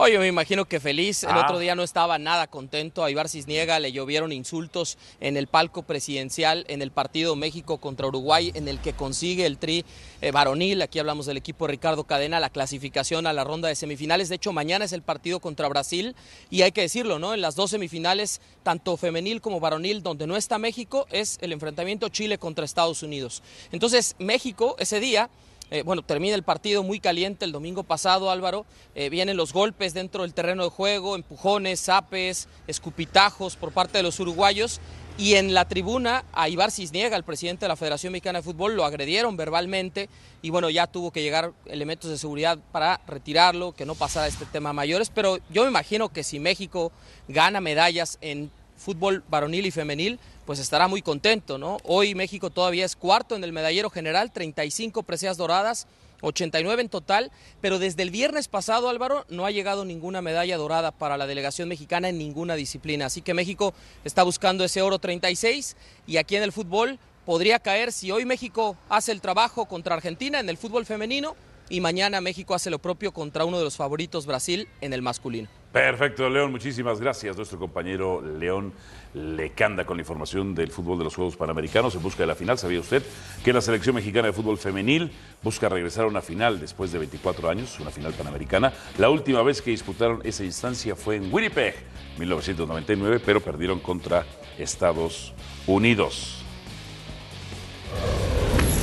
[SPEAKER 10] Oye, me imagino que feliz. El
[SPEAKER 2] Ah.
[SPEAKER 10] otro día no estaba nada contento. A Ibar Cisniega le llovieron insultos en el palco presidencial, en el partido México contra Uruguay, en el que consigue el tri eh, varonil. Aquí hablamos del equipo de Ricardo Cadena, la clasificación a la ronda de semifinales. De hecho, mañana es el partido contra Brasil. Y hay que decirlo, ¿no? En las dos semifinales, tanto femenil como varonil, donde no está México, es el enfrentamiento Chile contra Estados Unidos. Entonces, México ese día. Eh, bueno, termina el partido muy caliente el domingo pasado, Álvaro. Eh, vienen los golpes dentro del terreno de juego, empujones, zapes, escupitajos por parte de los uruguayos. Y en la tribuna a Ibar Cisniega, el presidente de la Federación Mexicana de Fútbol, lo agredieron verbalmente y bueno, ya tuvo que llegar elementos de seguridad para retirarlo, que no pasara este tema a mayores. Pero yo me imagino que si México gana medallas en fútbol varonil y femenil, pues estará muy contento, ¿no? Hoy México todavía es cuarto en el medallero general, 35 preseas doradas, 89 en total, pero desde el viernes pasado, Álvaro, no ha llegado ninguna medalla dorada para la delegación mexicana en ninguna disciplina. Así que México está buscando ese oro 36 y aquí en el fútbol podría caer si hoy México hace el trabajo contra Argentina en el fútbol femenino y mañana México hace lo propio contra uno de los favoritos, Brasil, en el masculino.
[SPEAKER 2] Perfecto, León, muchísimas gracias. Nuestro compañero León Lecanda con la información del fútbol de los Juegos Panamericanos en busca de la final. ¿Sabía usted que la selección mexicana de fútbol femenil busca regresar a una final después de 24 años, una final panamericana? La última vez que disputaron esa instancia fue en Winnipeg, 1999, pero perdieron contra Estados Unidos.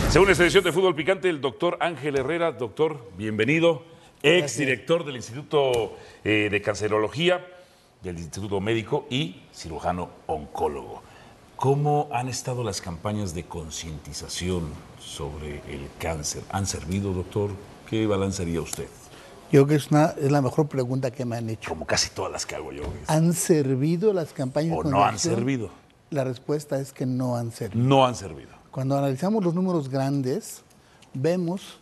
[SPEAKER 2] Según esta edición de Fútbol Picante, el doctor Ángel Herrera, doctor, bienvenido, exdirector del Instituto eh, de Cancerología, del Instituto Médico y cirujano oncólogo. ¿Cómo han estado las campañas de concientización sobre el cáncer? ¿Han servido, doctor? ¿Qué balance haría usted?
[SPEAKER 11] Yo creo que es, una, es la mejor pregunta que me han hecho.
[SPEAKER 2] Como casi todas las que hago yo. es,
[SPEAKER 11] ¿Han servido las campañas? de
[SPEAKER 2] ¿O no han
[SPEAKER 11] concientización?
[SPEAKER 2] servido?
[SPEAKER 11] La respuesta es que no han servido.
[SPEAKER 2] No han servido.
[SPEAKER 11] Cuando analizamos los números grandes, vemos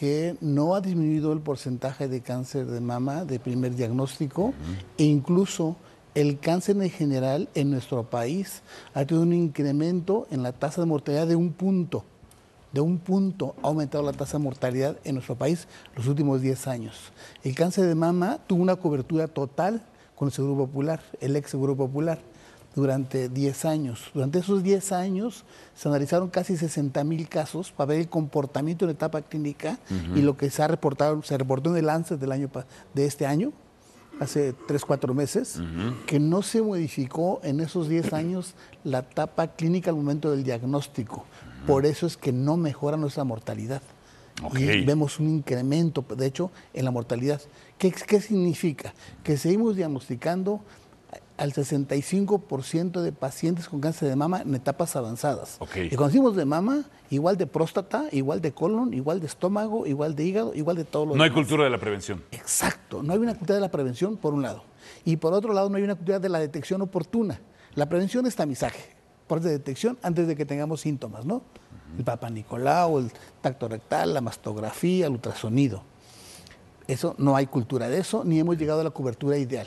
[SPEAKER 11] que no ha disminuido el porcentaje de cáncer de mama de primer diagnóstico e incluso el cáncer en general en nuestro país ha tenido un incremento en la tasa de mortalidad de un punto. De un punto ha aumentado la tasa de mortalidad en nuestro país los últimos 10 años. El cáncer de mama tuvo una cobertura total con el Seguro Popular, el ex Seguro Popular durante 10 años. Durante esos 10 años se analizaron casi 60 mil casos para ver el comportamiento en la etapa clínica y lo que se ha reportado, se reportó en el Lancet del año pa- de este año hace 3, 4 meses, que no se modificó en esos 10 años la etapa clínica al momento del diagnóstico. Por eso es que no mejora nuestra mortalidad. Y
[SPEAKER 2] Ok.
[SPEAKER 11] vemos un incremento, de hecho, en la mortalidad. ¿Qué, qué significa? Que seguimos diagnosticando al 65% de pacientes con cáncer de mama en etapas avanzadas.
[SPEAKER 2] Ok.
[SPEAKER 11] Y cuando decimos de mama, igual de próstata, igual de colon, igual de estómago, igual de hígado, igual de todo lo
[SPEAKER 2] No hay
[SPEAKER 11] demás.
[SPEAKER 2] cultura de la prevención.
[SPEAKER 11] Exacto, no hay una cultura de la prevención por un lado. Y por otro lado, no hay una cultura de la detección oportuna. La prevención es tamizaje, por de detección antes de que tengamos síntomas, ¿no? El Papa Nicolau, el tacto rectal, la mastografía, el ultrasonido. Eso no hay cultura de eso, ni hemos llegado a la cobertura ideal.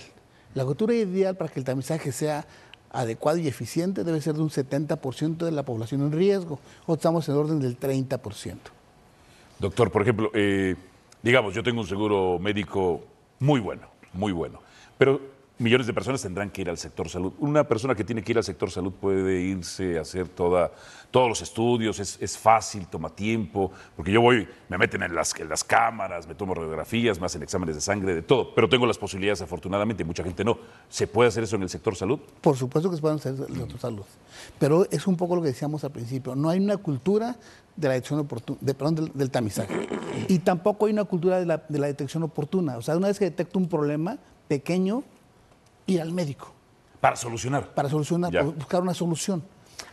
[SPEAKER 11] La cobertura ideal para que el tamizaje sea adecuado y eficiente debe ser de un 70% de la población en riesgo, o estamos en orden del 30%.
[SPEAKER 2] Doctor, por ejemplo, eh, digamos, yo tengo un seguro médico muy bueno, muy bueno, pero millones de personas tendrán que ir al sector salud. Una persona que tiene que ir al sector salud puede irse a hacer toda, todos los estudios, es, es fácil, toma tiempo, porque yo voy, me meten en las, en las cámaras, me tomo radiografías, me hacen exámenes de sangre, de todo, pero tengo las posibilidades, afortunadamente, mucha gente no. ¿Se puede hacer eso en el sector salud?
[SPEAKER 11] Por supuesto que se pueden hacer de otra salud. Pero es un poco lo que decíamos al principio. No hay una cultura de la detección oportuna, de, perdón, del, del tamizaje. Y tampoco hay una cultura de la, de la detección oportuna. O sea, una vez que detecto un problema pequeño, ir al médico
[SPEAKER 2] Para solucionar.
[SPEAKER 11] para solucionar,
[SPEAKER 2] Ya.
[SPEAKER 11] bu- buscar una solución.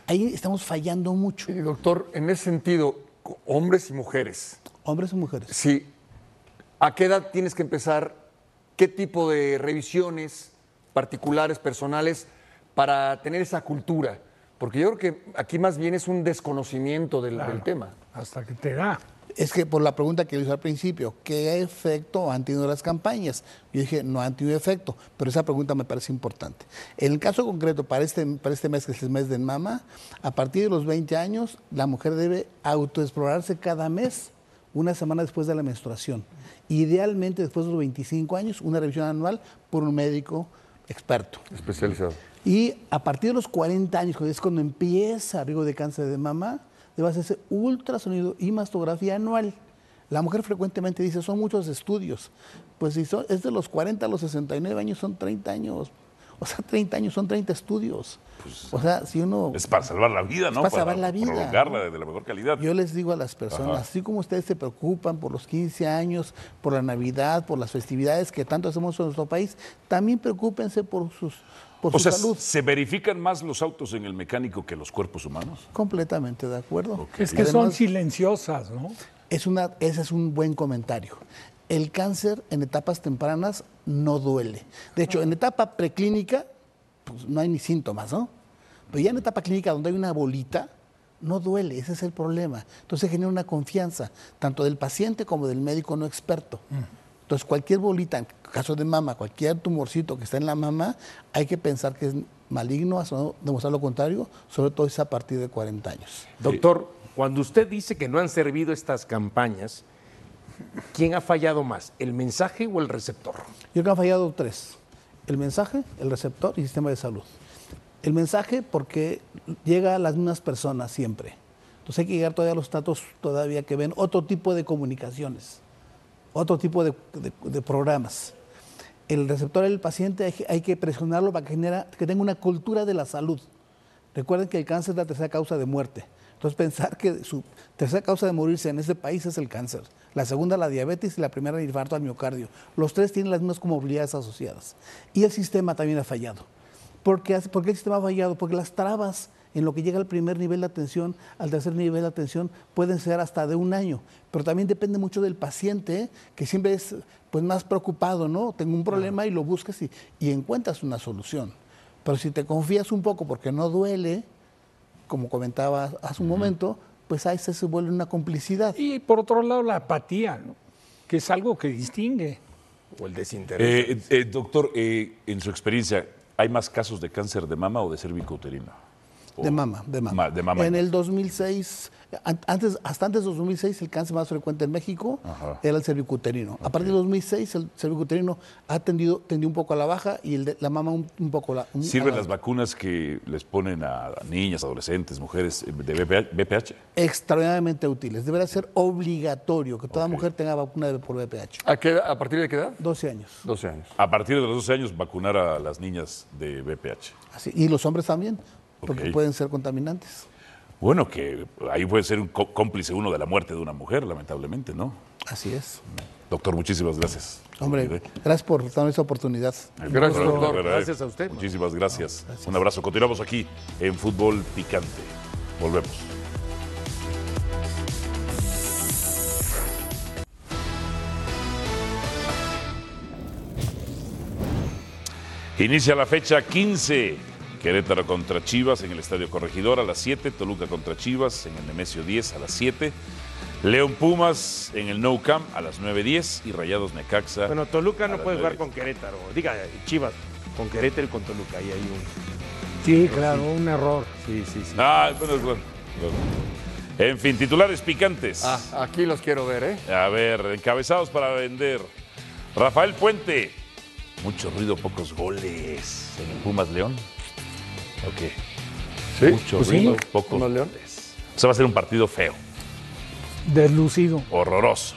[SPEAKER 11] Ahí estamos fallando mucho,
[SPEAKER 4] Y, doctor, en ese sentido, co- hombres y mujeres,
[SPEAKER 11] hombres y mujeres.
[SPEAKER 4] sí, ¿a qué edad tienes que empezar? ¿Qué tipo de revisiones particulares, personales, para tener esa cultura? Porque yo creo que aquí más bien es un desconocimiento del, del tema.
[SPEAKER 3] Hasta que te da.
[SPEAKER 11] Es que por la pregunta que le hice al principio, ¿qué efecto han tenido las campañas? Yo dije, no han tenido efecto, pero esa pregunta me parece importante. En el caso concreto, para este, para este mes, que es el mes del mama, a partir de los 20 años, la mujer debe autoexplorarse cada mes, una semana después de la menstruación. Idealmente, después de los 25 años, una revisión anual por un médico experto.
[SPEAKER 4] Especializado.
[SPEAKER 11] Y a partir de los 40 años, que es cuando empieza riesgo de cáncer de mama, debe hacerse ultrasonido y mastografía anual. La mujer frecuentemente dice, son muchos estudios. Pues si son- es de los 40 a los 69 años, son 30 años. O sea, 30 años son 30 estudios.
[SPEAKER 2] Pues,
[SPEAKER 11] o sea, si uno...
[SPEAKER 2] Es para salvar la vida, ¿no?
[SPEAKER 11] para salvar la vida.
[SPEAKER 2] Prolongarla de la mejor calidad.
[SPEAKER 11] Yo les digo a las personas,
[SPEAKER 2] Ajá.
[SPEAKER 11] así como ustedes se preocupan por los 15 años, por la Navidad, por las festividades que tanto hacemos en nuestro país, también preocúpense por, sus, por
[SPEAKER 2] o
[SPEAKER 11] su
[SPEAKER 2] sea,
[SPEAKER 11] salud.
[SPEAKER 2] ¿se verifican más los autos en el mecánico que los cuerpos humanos?
[SPEAKER 11] Completamente de acuerdo.
[SPEAKER 3] Es que son
[SPEAKER 11] Además,
[SPEAKER 3] silenciosas, ¿no?
[SPEAKER 11] Es una, ese es un buen comentario. El cáncer en etapas tempranas no duele. De hecho, en etapa preclínica, pues no hay ni síntomas, ¿no? Pero ya en etapa clínica donde hay una bolita, no duele, ese es el problema. Entonces genera una confianza, tanto del paciente como del médico no experto. Entonces, cualquier bolita, en caso de mama, cualquier tumorcito que está en la mama, hay que pensar que es maligno, hasta no demostrar lo contrario, sobre todo es a partir de 40 años.
[SPEAKER 7] Doctor, cuando usted dice que no han servido estas campañas, ¿quién ha fallado más, el mensaje o el receptor?
[SPEAKER 11] Yo creo que han fallado tres. El mensaje, el receptor y el sistema de salud. El mensaje porque llega a las mismas personas siempre. Entonces hay que llegar todavía a los datos todavía que ven otro tipo de comunicaciones, otro tipo de, de- de programas. El receptor, el paciente, hay, que- hay que presionarlo para que, genera- que tenga una cultura de la salud. Recuerden que el cáncer es la tercera causa de muerte. Entonces pensar que su tercera causa de morirse en este país es el cáncer. La segunda la diabetes y la primera el infarto al miocardio. Los tres tienen las mismas comorbilidades asociadas. Y el sistema también ha fallado. ¿Por qué, hace- por qué el sistema ha fallado? Porque las trabas en lo que llega al primer nivel de atención, al tercer nivel de atención, pueden ser hasta de un año. Pero también depende mucho del paciente, ¿eh? que siempre es pues, más preocupado, ¿no? Tengo un problema y lo buscas y, y encuentras una solución. Pero si te confías un poco porque no duele, como comentaba hace un momento, pues ahí se se vuelve una complicidad.
[SPEAKER 3] Y por otro lado, la apatía, ¿no? que es algo que distingue.
[SPEAKER 7] O el desinterés.
[SPEAKER 2] Eh, eh, doctor, eh, en su experiencia, ¿hay más casos de cáncer de mama o de cervicouterino?
[SPEAKER 11] De mama, de mama.
[SPEAKER 2] Ma- de mama.
[SPEAKER 11] En el 2006, an- antes, hasta antes del 2006, el cáncer más frecuente en México
[SPEAKER 2] Ajá.
[SPEAKER 11] era el cervicuterino. A partir del 2006, el cervicuterino ha tendido, tendido un poco a la baja y el de la mama un, un poco la, un-
[SPEAKER 2] ¿Sirven
[SPEAKER 11] a la-
[SPEAKER 2] las vacunas que les ponen a niñas, adolescentes, mujeres eh, de BPH? BPH?
[SPEAKER 11] Extraordinariamente útiles. Deberá ser obligatorio que toda mujer tenga vacuna de- por VPH.
[SPEAKER 4] ¿A, qué edad- ¿A partir de qué edad?
[SPEAKER 11] 12 años.
[SPEAKER 4] 12 años.
[SPEAKER 2] A partir de los 12 años, vacunar a las niñas de BPH.
[SPEAKER 11] Así. Y los hombres también, porque
[SPEAKER 2] Ok.
[SPEAKER 11] pueden ser contaminantes.
[SPEAKER 2] Bueno, que ahí puede ser un có- cómplice uno de la muerte de una mujer, lamentablemente, ¿no?
[SPEAKER 11] Así es.
[SPEAKER 2] Doctor, muchísimas gracias.
[SPEAKER 11] Hombre, gracias por darme esa oportunidad.
[SPEAKER 4] Gracias,
[SPEAKER 2] Bueno,
[SPEAKER 4] doctor.
[SPEAKER 2] de verdad,
[SPEAKER 7] Gracias a usted.
[SPEAKER 2] Muchísimas gracias. Un abrazo. Continuamos aquí en Fútbol Picante. Volvemos. Inicia la fecha 15. Querétaro contra Chivas en el Estadio Corregidor a las 7. Toluca contra Chivas en el Nemesio 10 a las 7. León Pumas en el No Camp a las 9.10 y Rayados Necaxa.
[SPEAKER 7] Bueno, Toluca
[SPEAKER 2] a
[SPEAKER 7] no
[SPEAKER 2] las
[SPEAKER 7] puede jugar
[SPEAKER 2] 9:10.
[SPEAKER 7] con Querétaro. Diga, Chivas, con Querétaro y con Toluca. Ahí hay un.
[SPEAKER 3] Sí, claro, un error.
[SPEAKER 7] Sí, sí, sí.
[SPEAKER 2] Ah, bueno, bueno, bueno. En fin, titulares picantes.
[SPEAKER 4] Ah, aquí los quiero ver, ¿eh?
[SPEAKER 2] A ver, encabezados para vender. Rafael Puente. Mucho ruido, pocos goles. En el Pumas León. Ok.
[SPEAKER 4] Sí.
[SPEAKER 2] Mucho
[SPEAKER 3] pues sí.
[SPEAKER 2] ruido, pocos
[SPEAKER 4] Pumas León.
[SPEAKER 2] goles. O sea, va a ser un partido feo.
[SPEAKER 3] Deslucido.
[SPEAKER 2] Horroroso.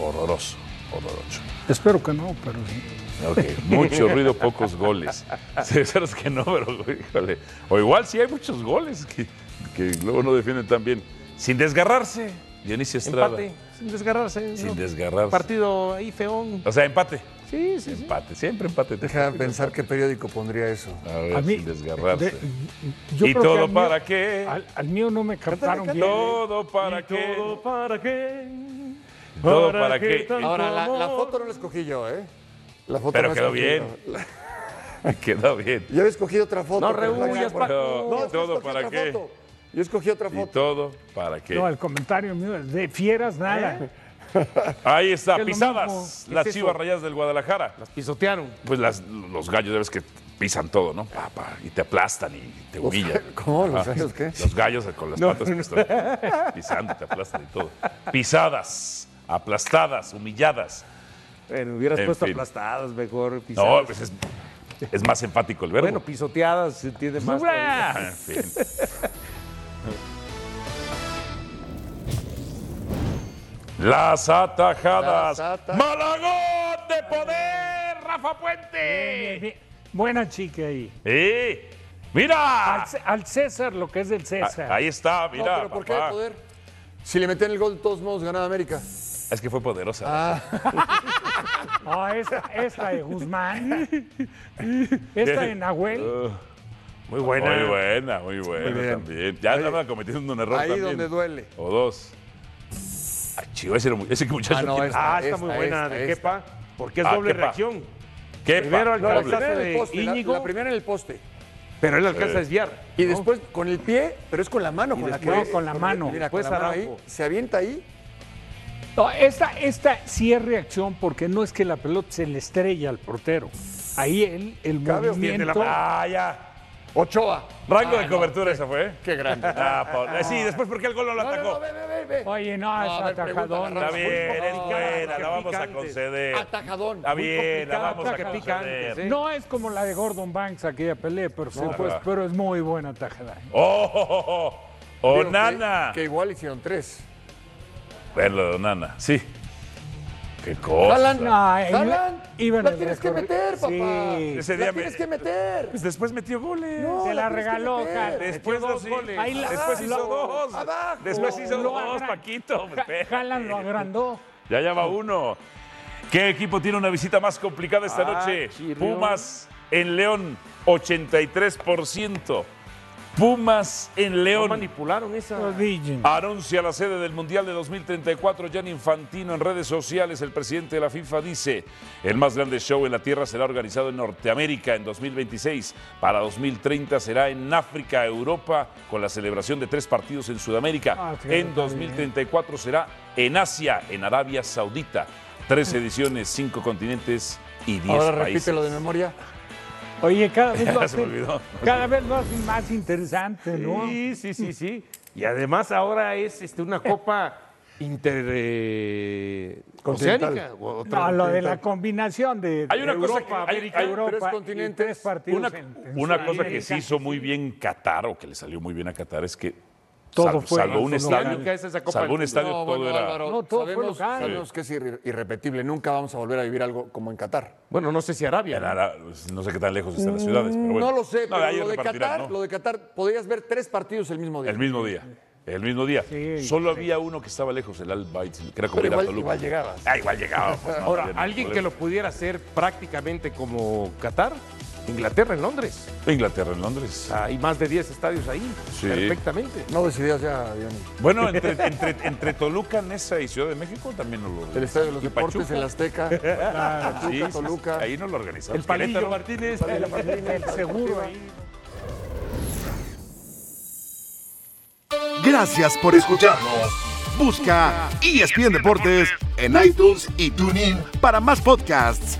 [SPEAKER 2] Horroroso. Horroroso.
[SPEAKER 3] Espero que no, pero sí.
[SPEAKER 2] Ok, mucho ruido, pocos goles. Sí, pero es que no, pero híjole. O igual sí hay muchos goles que, que luego no defienden tan bien. Sin desgarrarse, Dionisio Estrada.
[SPEAKER 7] Empate, sin desgarrarse.
[SPEAKER 2] Sin
[SPEAKER 7] ¿no?
[SPEAKER 2] desgarrarse.
[SPEAKER 7] Partido ahí feón.
[SPEAKER 2] O sea, empate.
[SPEAKER 7] Sí, sí, sí.
[SPEAKER 2] Empate, siempre empate.
[SPEAKER 4] Deja de pensar qué periódico pondría eso.
[SPEAKER 2] A ver,
[SPEAKER 3] A mí-
[SPEAKER 2] sin desgarrarse.
[SPEAKER 3] de- yo
[SPEAKER 2] ¿Y
[SPEAKER 3] creo que
[SPEAKER 2] todo
[SPEAKER 3] al mío-
[SPEAKER 2] para qué?
[SPEAKER 3] Al, al mío no me captaron bien.
[SPEAKER 2] Todo para qué.
[SPEAKER 7] Todo para qué.
[SPEAKER 2] Todo para
[SPEAKER 7] qué
[SPEAKER 2] qué.
[SPEAKER 7] tanto
[SPEAKER 4] Ahora, la, la
[SPEAKER 7] amor?
[SPEAKER 4] foto no la escogí yo, ¿eh? La foto
[SPEAKER 2] Pero
[SPEAKER 4] no
[SPEAKER 2] quedó
[SPEAKER 4] escogí
[SPEAKER 2] bien.
[SPEAKER 4] yo.
[SPEAKER 2] Quedó bien.
[SPEAKER 4] Yo había escogido otra foto.
[SPEAKER 7] No
[SPEAKER 4] pero la-
[SPEAKER 7] rehuyas,
[SPEAKER 4] por-
[SPEAKER 2] Paco.
[SPEAKER 4] No,
[SPEAKER 2] ¿Y
[SPEAKER 4] es que
[SPEAKER 2] todo
[SPEAKER 4] escogí
[SPEAKER 2] para
[SPEAKER 4] otra
[SPEAKER 2] qué?
[SPEAKER 4] foto. Yo escogí otra
[SPEAKER 2] ¿Y
[SPEAKER 4] foto.
[SPEAKER 2] todo para qué? ¿Eh?
[SPEAKER 3] No, el comentario mío es de fieras nada.
[SPEAKER 2] Ahí está,
[SPEAKER 3] ¿Qué es lo
[SPEAKER 2] pisadas.
[SPEAKER 3] mismo?
[SPEAKER 7] ¿Qué
[SPEAKER 2] Las
[SPEAKER 7] es eso?
[SPEAKER 2] chivas rayadas del Guadalajara.
[SPEAKER 7] Las pisotearon.
[SPEAKER 2] Pues las, los gallos, ya ves que pisan todo, ¿no? Pa, pa, y te aplastan y te humillan.
[SPEAKER 4] ¿Cómo? ¿Los
[SPEAKER 2] Ajá.
[SPEAKER 4] gallos qué?
[SPEAKER 2] Los gallos con las patas que están pisando, te aplastan y todo. Pisadas, aplastadas, humilladas.
[SPEAKER 7] Bueno, hubieras
[SPEAKER 2] En
[SPEAKER 7] puesto
[SPEAKER 2] fin.
[SPEAKER 7] aplastadas mejor.
[SPEAKER 2] No,
[SPEAKER 7] pisadas.
[SPEAKER 2] pues es, es más enfático el verbo.
[SPEAKER 7] Bueno, pisoteadas se entiende más. todavía.
[SPEAKER 2] Ah, en fin. Las atajadas.
[SPEAKER 4] Las ata-
[SPEAKER 2] Malagón de poder, Rafa Puente.
[SPEAKER 3] Bien, Buena chica ahí.
[SPEAKER 2] ¡Eh! ¡Mira!
[SPEAKER 3] Al, C- al César lo que es del César.
[SPEAKER 2] Ah, Ahí está,
[SPEAKER 4] No,
[SPEAKER 2] mira.
[SPEAKER 4] pero ¿por qué de
[SPEAKER 2] papá.
[SPEAKER 4] poder? Si le meten el gol, de todos modos ganaba América.
[SPEAKER 2] Es que fue poderosa.
[SPEAKER 3] Ah, esta, esta de Guzmán. Esta de Nahuel.
[SPEAKER 2] Uh, muy buena. Muy buena, muy buena también. Ya andaban cometiendo un error
[SPEAKER 4] Ahí
[SPEAKER 2] también.
[SPEAKER 4] donde duele.
[SPEAKER 2] O dos. Ay, chivo, ese, era mu- ese muchacho.
[SPEAKER 4] Ah, no,
[SPEAKER 2] tiene-
[SPEAKER 4] es-
[SPEAKER 7] Ah,
[SPEAKER 4] Esta,
[SPEAKER 7] está muy buena
[SPEAKER 4] esta,
[SPEAKER 7] de
[SPEAKER 4] esta.
[SPEAKER 7] Kepa, porque es
[SPEAKER 2] Ah,
[SPEAKER 7] doble
[SPEAKER 2] Kepa.
[SPEAKER 7] reacción.
[SPEAKER 2] Kepa,
[SPEAKER 7] Primero al
[SPEAKER 4] No, la
[SPEAKER 7] doble.
[SPEAKER 4] primera en el
[SPEAKER 7] de
[SPEAKER 4] poste. La,
[SPEAKER 7] Íñigo.
[SPEAKER 4] la primera en el poste.
[SPEAKER 7] Pero él alcanza a desviar.
[SPEAKER 4] Y
[SPEAKER 7] ¿no?
[SPEAKER 4] después con el pie, pero es con la mano, con la que
[SPEAKER 3] después- No, con la mano.
[SPEAKER 4] Mira,
[SPEAKER 7] Después
[SPEAKER 4] con la mano ahí,
[SPEAKER 7] Araujo.
[SPEAKER 4] se avienta ahí.
[SPEAKER 3] No, esta, esta sí es reacción porque no es que la pelota se le estrella al portero. Ahí él, el
[SPEAKER 4] Cabe o
[SPEAKER 3] movimiento. Ah,
[SPEAKER 2] Tiene la- Ah, ya.
[SPEAKER 4] Ochoa.
[SPEAKER 2] Rango de cobertura esa fue.
[SPEAKER 7] ¿eh?
[SPEAKER 4] Qué grande.
[SPEAKER 2] Ah, por- eh, Sí, después porque el gol no lo
[SPEAKER 4] No, no,
[SPEAKER 2] atacó.
[SPEAKER 4] no, ve, ve, ve, ve.
[SPEAKER 3] Oye, no,
[SPEAKER 4] No,
[SPEAKER 3] es
[SPEAKER 4] a ver,
[SPEAKER 3] atajadón.
[SPEAKER 4] pregúntale,
[SPEAKER 2] Está bien, es
[SPEAKER 4] No,
[SPEAKER 2] buena,
[SPEAKER 7] qué
[SPEAKER 2] la vamos a
[SPEAKER 7] picantes.
[SPEAKER 2] conceder.
[SPEAKER 4] Atajadón.
[SPEAKER 2] Está
[SPEAKER 4] Muy
[SPEAKER 2] bien, la
[SPEAKER 4] complicado,
[SPEAKER 2] vamos a
[SPEAKER 4] ataca
[SPEAKER 2] conceder.
[SPEAKER 7] picantes, ¿eh?
[SPEAKER 3] No es como la de Gordon Banks, aquella pelea, pero,
[SPEAKER 2] verdad.
[SPEAKER 3] pero es muy buena tajada. ¿eh?
[SPEAKER 2] ¡Oh! oh, oh, oh.
[SPEAKER 4] Digo, que-
[SPEAKER 2] ¡Onana!
[SPEAKER 4] Que igual hicieron tres.
[SPEAKER 2] Verlo de Onana, sí. ¡Qué cosa!
[SPEAKER 4] Haaland,
[SPEAKER 3] No, eh,
[SPEAKER 4] Haaland,
[SPEAKER 3] iba en
[SPEAKER 4] la
[SPEAKER 3] el
[SPEAKER 4] tienes que
[SPEAKER 3] recorri-
[SPEAKER 4] meter, papá.
[SPEAKER 3] Sí.
[SPEAKER 2] Ese
[SPEAKER 4] la
[SPEAKER 2] día me-
[SPEAKER 4] tienes que meter.
[SPEAKER 2] Pues después metió goles.
[SPEAKER 4] No,
[SPEAKER 3] Se la
[SPEAKER 4] tienes que
[SPEAKER 3] regaló,
[SPEAKER 4] meter.
[SPEAKER 3] Cal.
[SPEAKER 2] Después
[SPEAKER 7] Metió
[SPEAKER 2] dos
[SPEAKER 7] dos goles.
[SPEAKER 3] Ahí la-
[SPEAKER 2] Después hizo
[SPEAKER 3] lo-
[SPEAKER 2] dos.
[SPEAKER 4] abajo.
[SPEAKER 2] Después hizo
[SPEAKER 3] Lo
[SPEAKER 2] dos,
[SPEAKER 3] agra-
[SPEAKER 2] Paquito. espérate.
[SPEAKER 3] Ja- Haaland lo agrandó.
[SPEAKER 2] Ya ya
[SPEAKER 7] Oh.
[SPEAKER 2] va uno. ¿Qué equipo tiene una visita más complicada esta
[SPEAKER 7] Ah,
[SPEAKER 2] noche?
[SPEAKER 7] chirrión.
[SPEAKER 2] Pumas en León, 83%. Pumas en
[SPEAKER 7] No
[SPEAKER 2] León.
[SPEAKER 7] manipularon esa.
[SPEAKER 3] Lo dicen.
[SPEAKER 2] Anuncia la sede del Mundial de 2034, Jan Infantino en redes sociales. El presidente de la FIFA dice, el más grande show en la Tierra será organizado en Norteamérica en 2026. Para 2030 será en África, Europa, con la celebración de tres partidos en Sudamérica.
[SPEAKER 3] Ah, sí,
[SPEAKER 2] en
[SPEAKER 3] está bien.
[SPEAKER 2] 2034 será en Asia, en Arabia Saudita. Tres ediciones, cinco continentes y diez
[SPEAKER 4] Ahora
[SPEAKER 2] países.
[SPEAKER 4] repítelo de memoria.
[SPEAKER 3] Oye, cada vez lo
[SPEAKER 7] Ya se me
[SPEAKER 3] hacen-
[SPEAKER 7] olvidó.
[SPEAKER 3] cada vez lo hacen más interesante, ¿no?
[SPEAKER 7] Sí, sí, sí, sí. Y además ahora es este, una copa inter eh,
[SPEAKER 4] Continental.
[SPEAKER 7] oceánica, o- otra-
[SPEAKER 3] No, lo de la combinación de
[SPEAKER 2] Hay una cosa
[SPEAKER 3] Europa,
[SPEAKER 2] que- hay-
[SPEAKER 3] América,
[SPEAKER 2] hay
[SPEAKER 3] Europa,
[SPEAKER 4] tres
[SPEAKER 3] y
[SPEAKER 4] continentes,
[SPEAKER 3] tres partidos
[SPEAKER 2] Una,
[SPEAKER 3] en- en
[SPEAKER 2] una cosa que
[SPEAKER 3] Sudamérica.
[SPEAKER 2] se hizo muy bien Qatar, o que le salió muy bien a Qatar, es que
[SPEAKER 3] Todo
[SPEAKER 2] sal-
[SPEAKER 3] fue
[SPEAKER 2] salvo un
[SPEAKER 3] local.
[SPEAKER 2] estadio,
[SPEAKER 7] Nunca es esa Copa
[SPEAKER 2] salvo
[SPEAKER 7] del
[SPEAKER 2] un
[SPEAKER 7] Mundo.
[SPEAKER 2] estadio,
[SPEAKER 4] No,
[SPEAKER 2] todo
[SPEAKER 4] bueno,
[SPEAKER 2] era...
[SPEAKER 4] Álvaro,
[SPEAKER 3] No, todo fue
[SPEAKER 4] sabemos,
[SPEAKER 3] local.
[SPEAKER 4] sabemos que es irre- irrepetible. Nunca vamos a volver a vivir algo como en Qatar.
[SPEAKER 7] Bueno, no sé si Arabia.
[SPEAKER 2] en
[SPEAKER 7] ¿no?
[SPEAKER 2] Ara- no sé qué tan lejos están las
[SPEAKER 3] Mm.
[SPEAKER 2] ciudades, pero bueno.
[SPEAKER 4] no lo sé, pero
[SPEAKER 2] ahí
[SPEAKER 4] lo de,
[SPEAKER 2] repartirán,
[SPEAKER 4] Qatar,
[SPEAKER 2] ¿no?
[SPEAKER 4] lo de Qatar, podrías ver tres partidos el mismo día.
[SPEAKER 2] El mismo día. El mismo día.
[SPEAKER 3] Sí.
[SPEAKER 2] Solo había uno que estaba lejos, el Al Bayt, que era como
[SPEAKER 4] Pero
[SPEAKER 2] ir a
[SPEAKER 4] igual-
[SPEAKER 2] Toluca.
[SPEAKER 4] igual llegabas.
[SPEAKER 2] Ah, igual llegaba. pues, no,
[SPEAKER 7] Ahora,
[SPEAKER 2] había ningún
[SPEAKER 7] alguien que
[SPEAKER 2] problema.
[SPEAKER 7] lo pudiera hacer prácticamente como Qatar, Inglaterra en Londres.
[SPEAKER 2] Inglaterra, en Londres.
[SPEAKER 7] Hay más de 10 estadios ahí,
[SPEAKER 2] Sí.
[SPEAKER 7] perfectamente.
[SPEAKER 4] No decidías ya, Diony.
[SPEAKER 2] Bueno, entre, entre, entre Toluca, Nesa y Ciudad de México también nos lo
[SPEAKER 4] El Estadio de los
[SPEAKER 2] y
[SPEAKER 4] Deportes,
[SPEAKER 2] Pachuca. Ah,
[SPEAKER 4] el Azteca, Pachuca,
[SPEAKER 2] Sí, sí, sí.
[SPEAKER 4] Toluca.
[SPEAKER 2] Ahí nos lo organizamos.
[SPEAKER 7] El Palillo
[SPEAKER 2] Querétaro.
[SPEAKER 7] Martínez.
[SPEAKER 3] Seguro ahí.
[SPEAKER 1] Gracias por escucharnos. Busca ESPN Deportes en iTunes y TuneIn para más podcasts.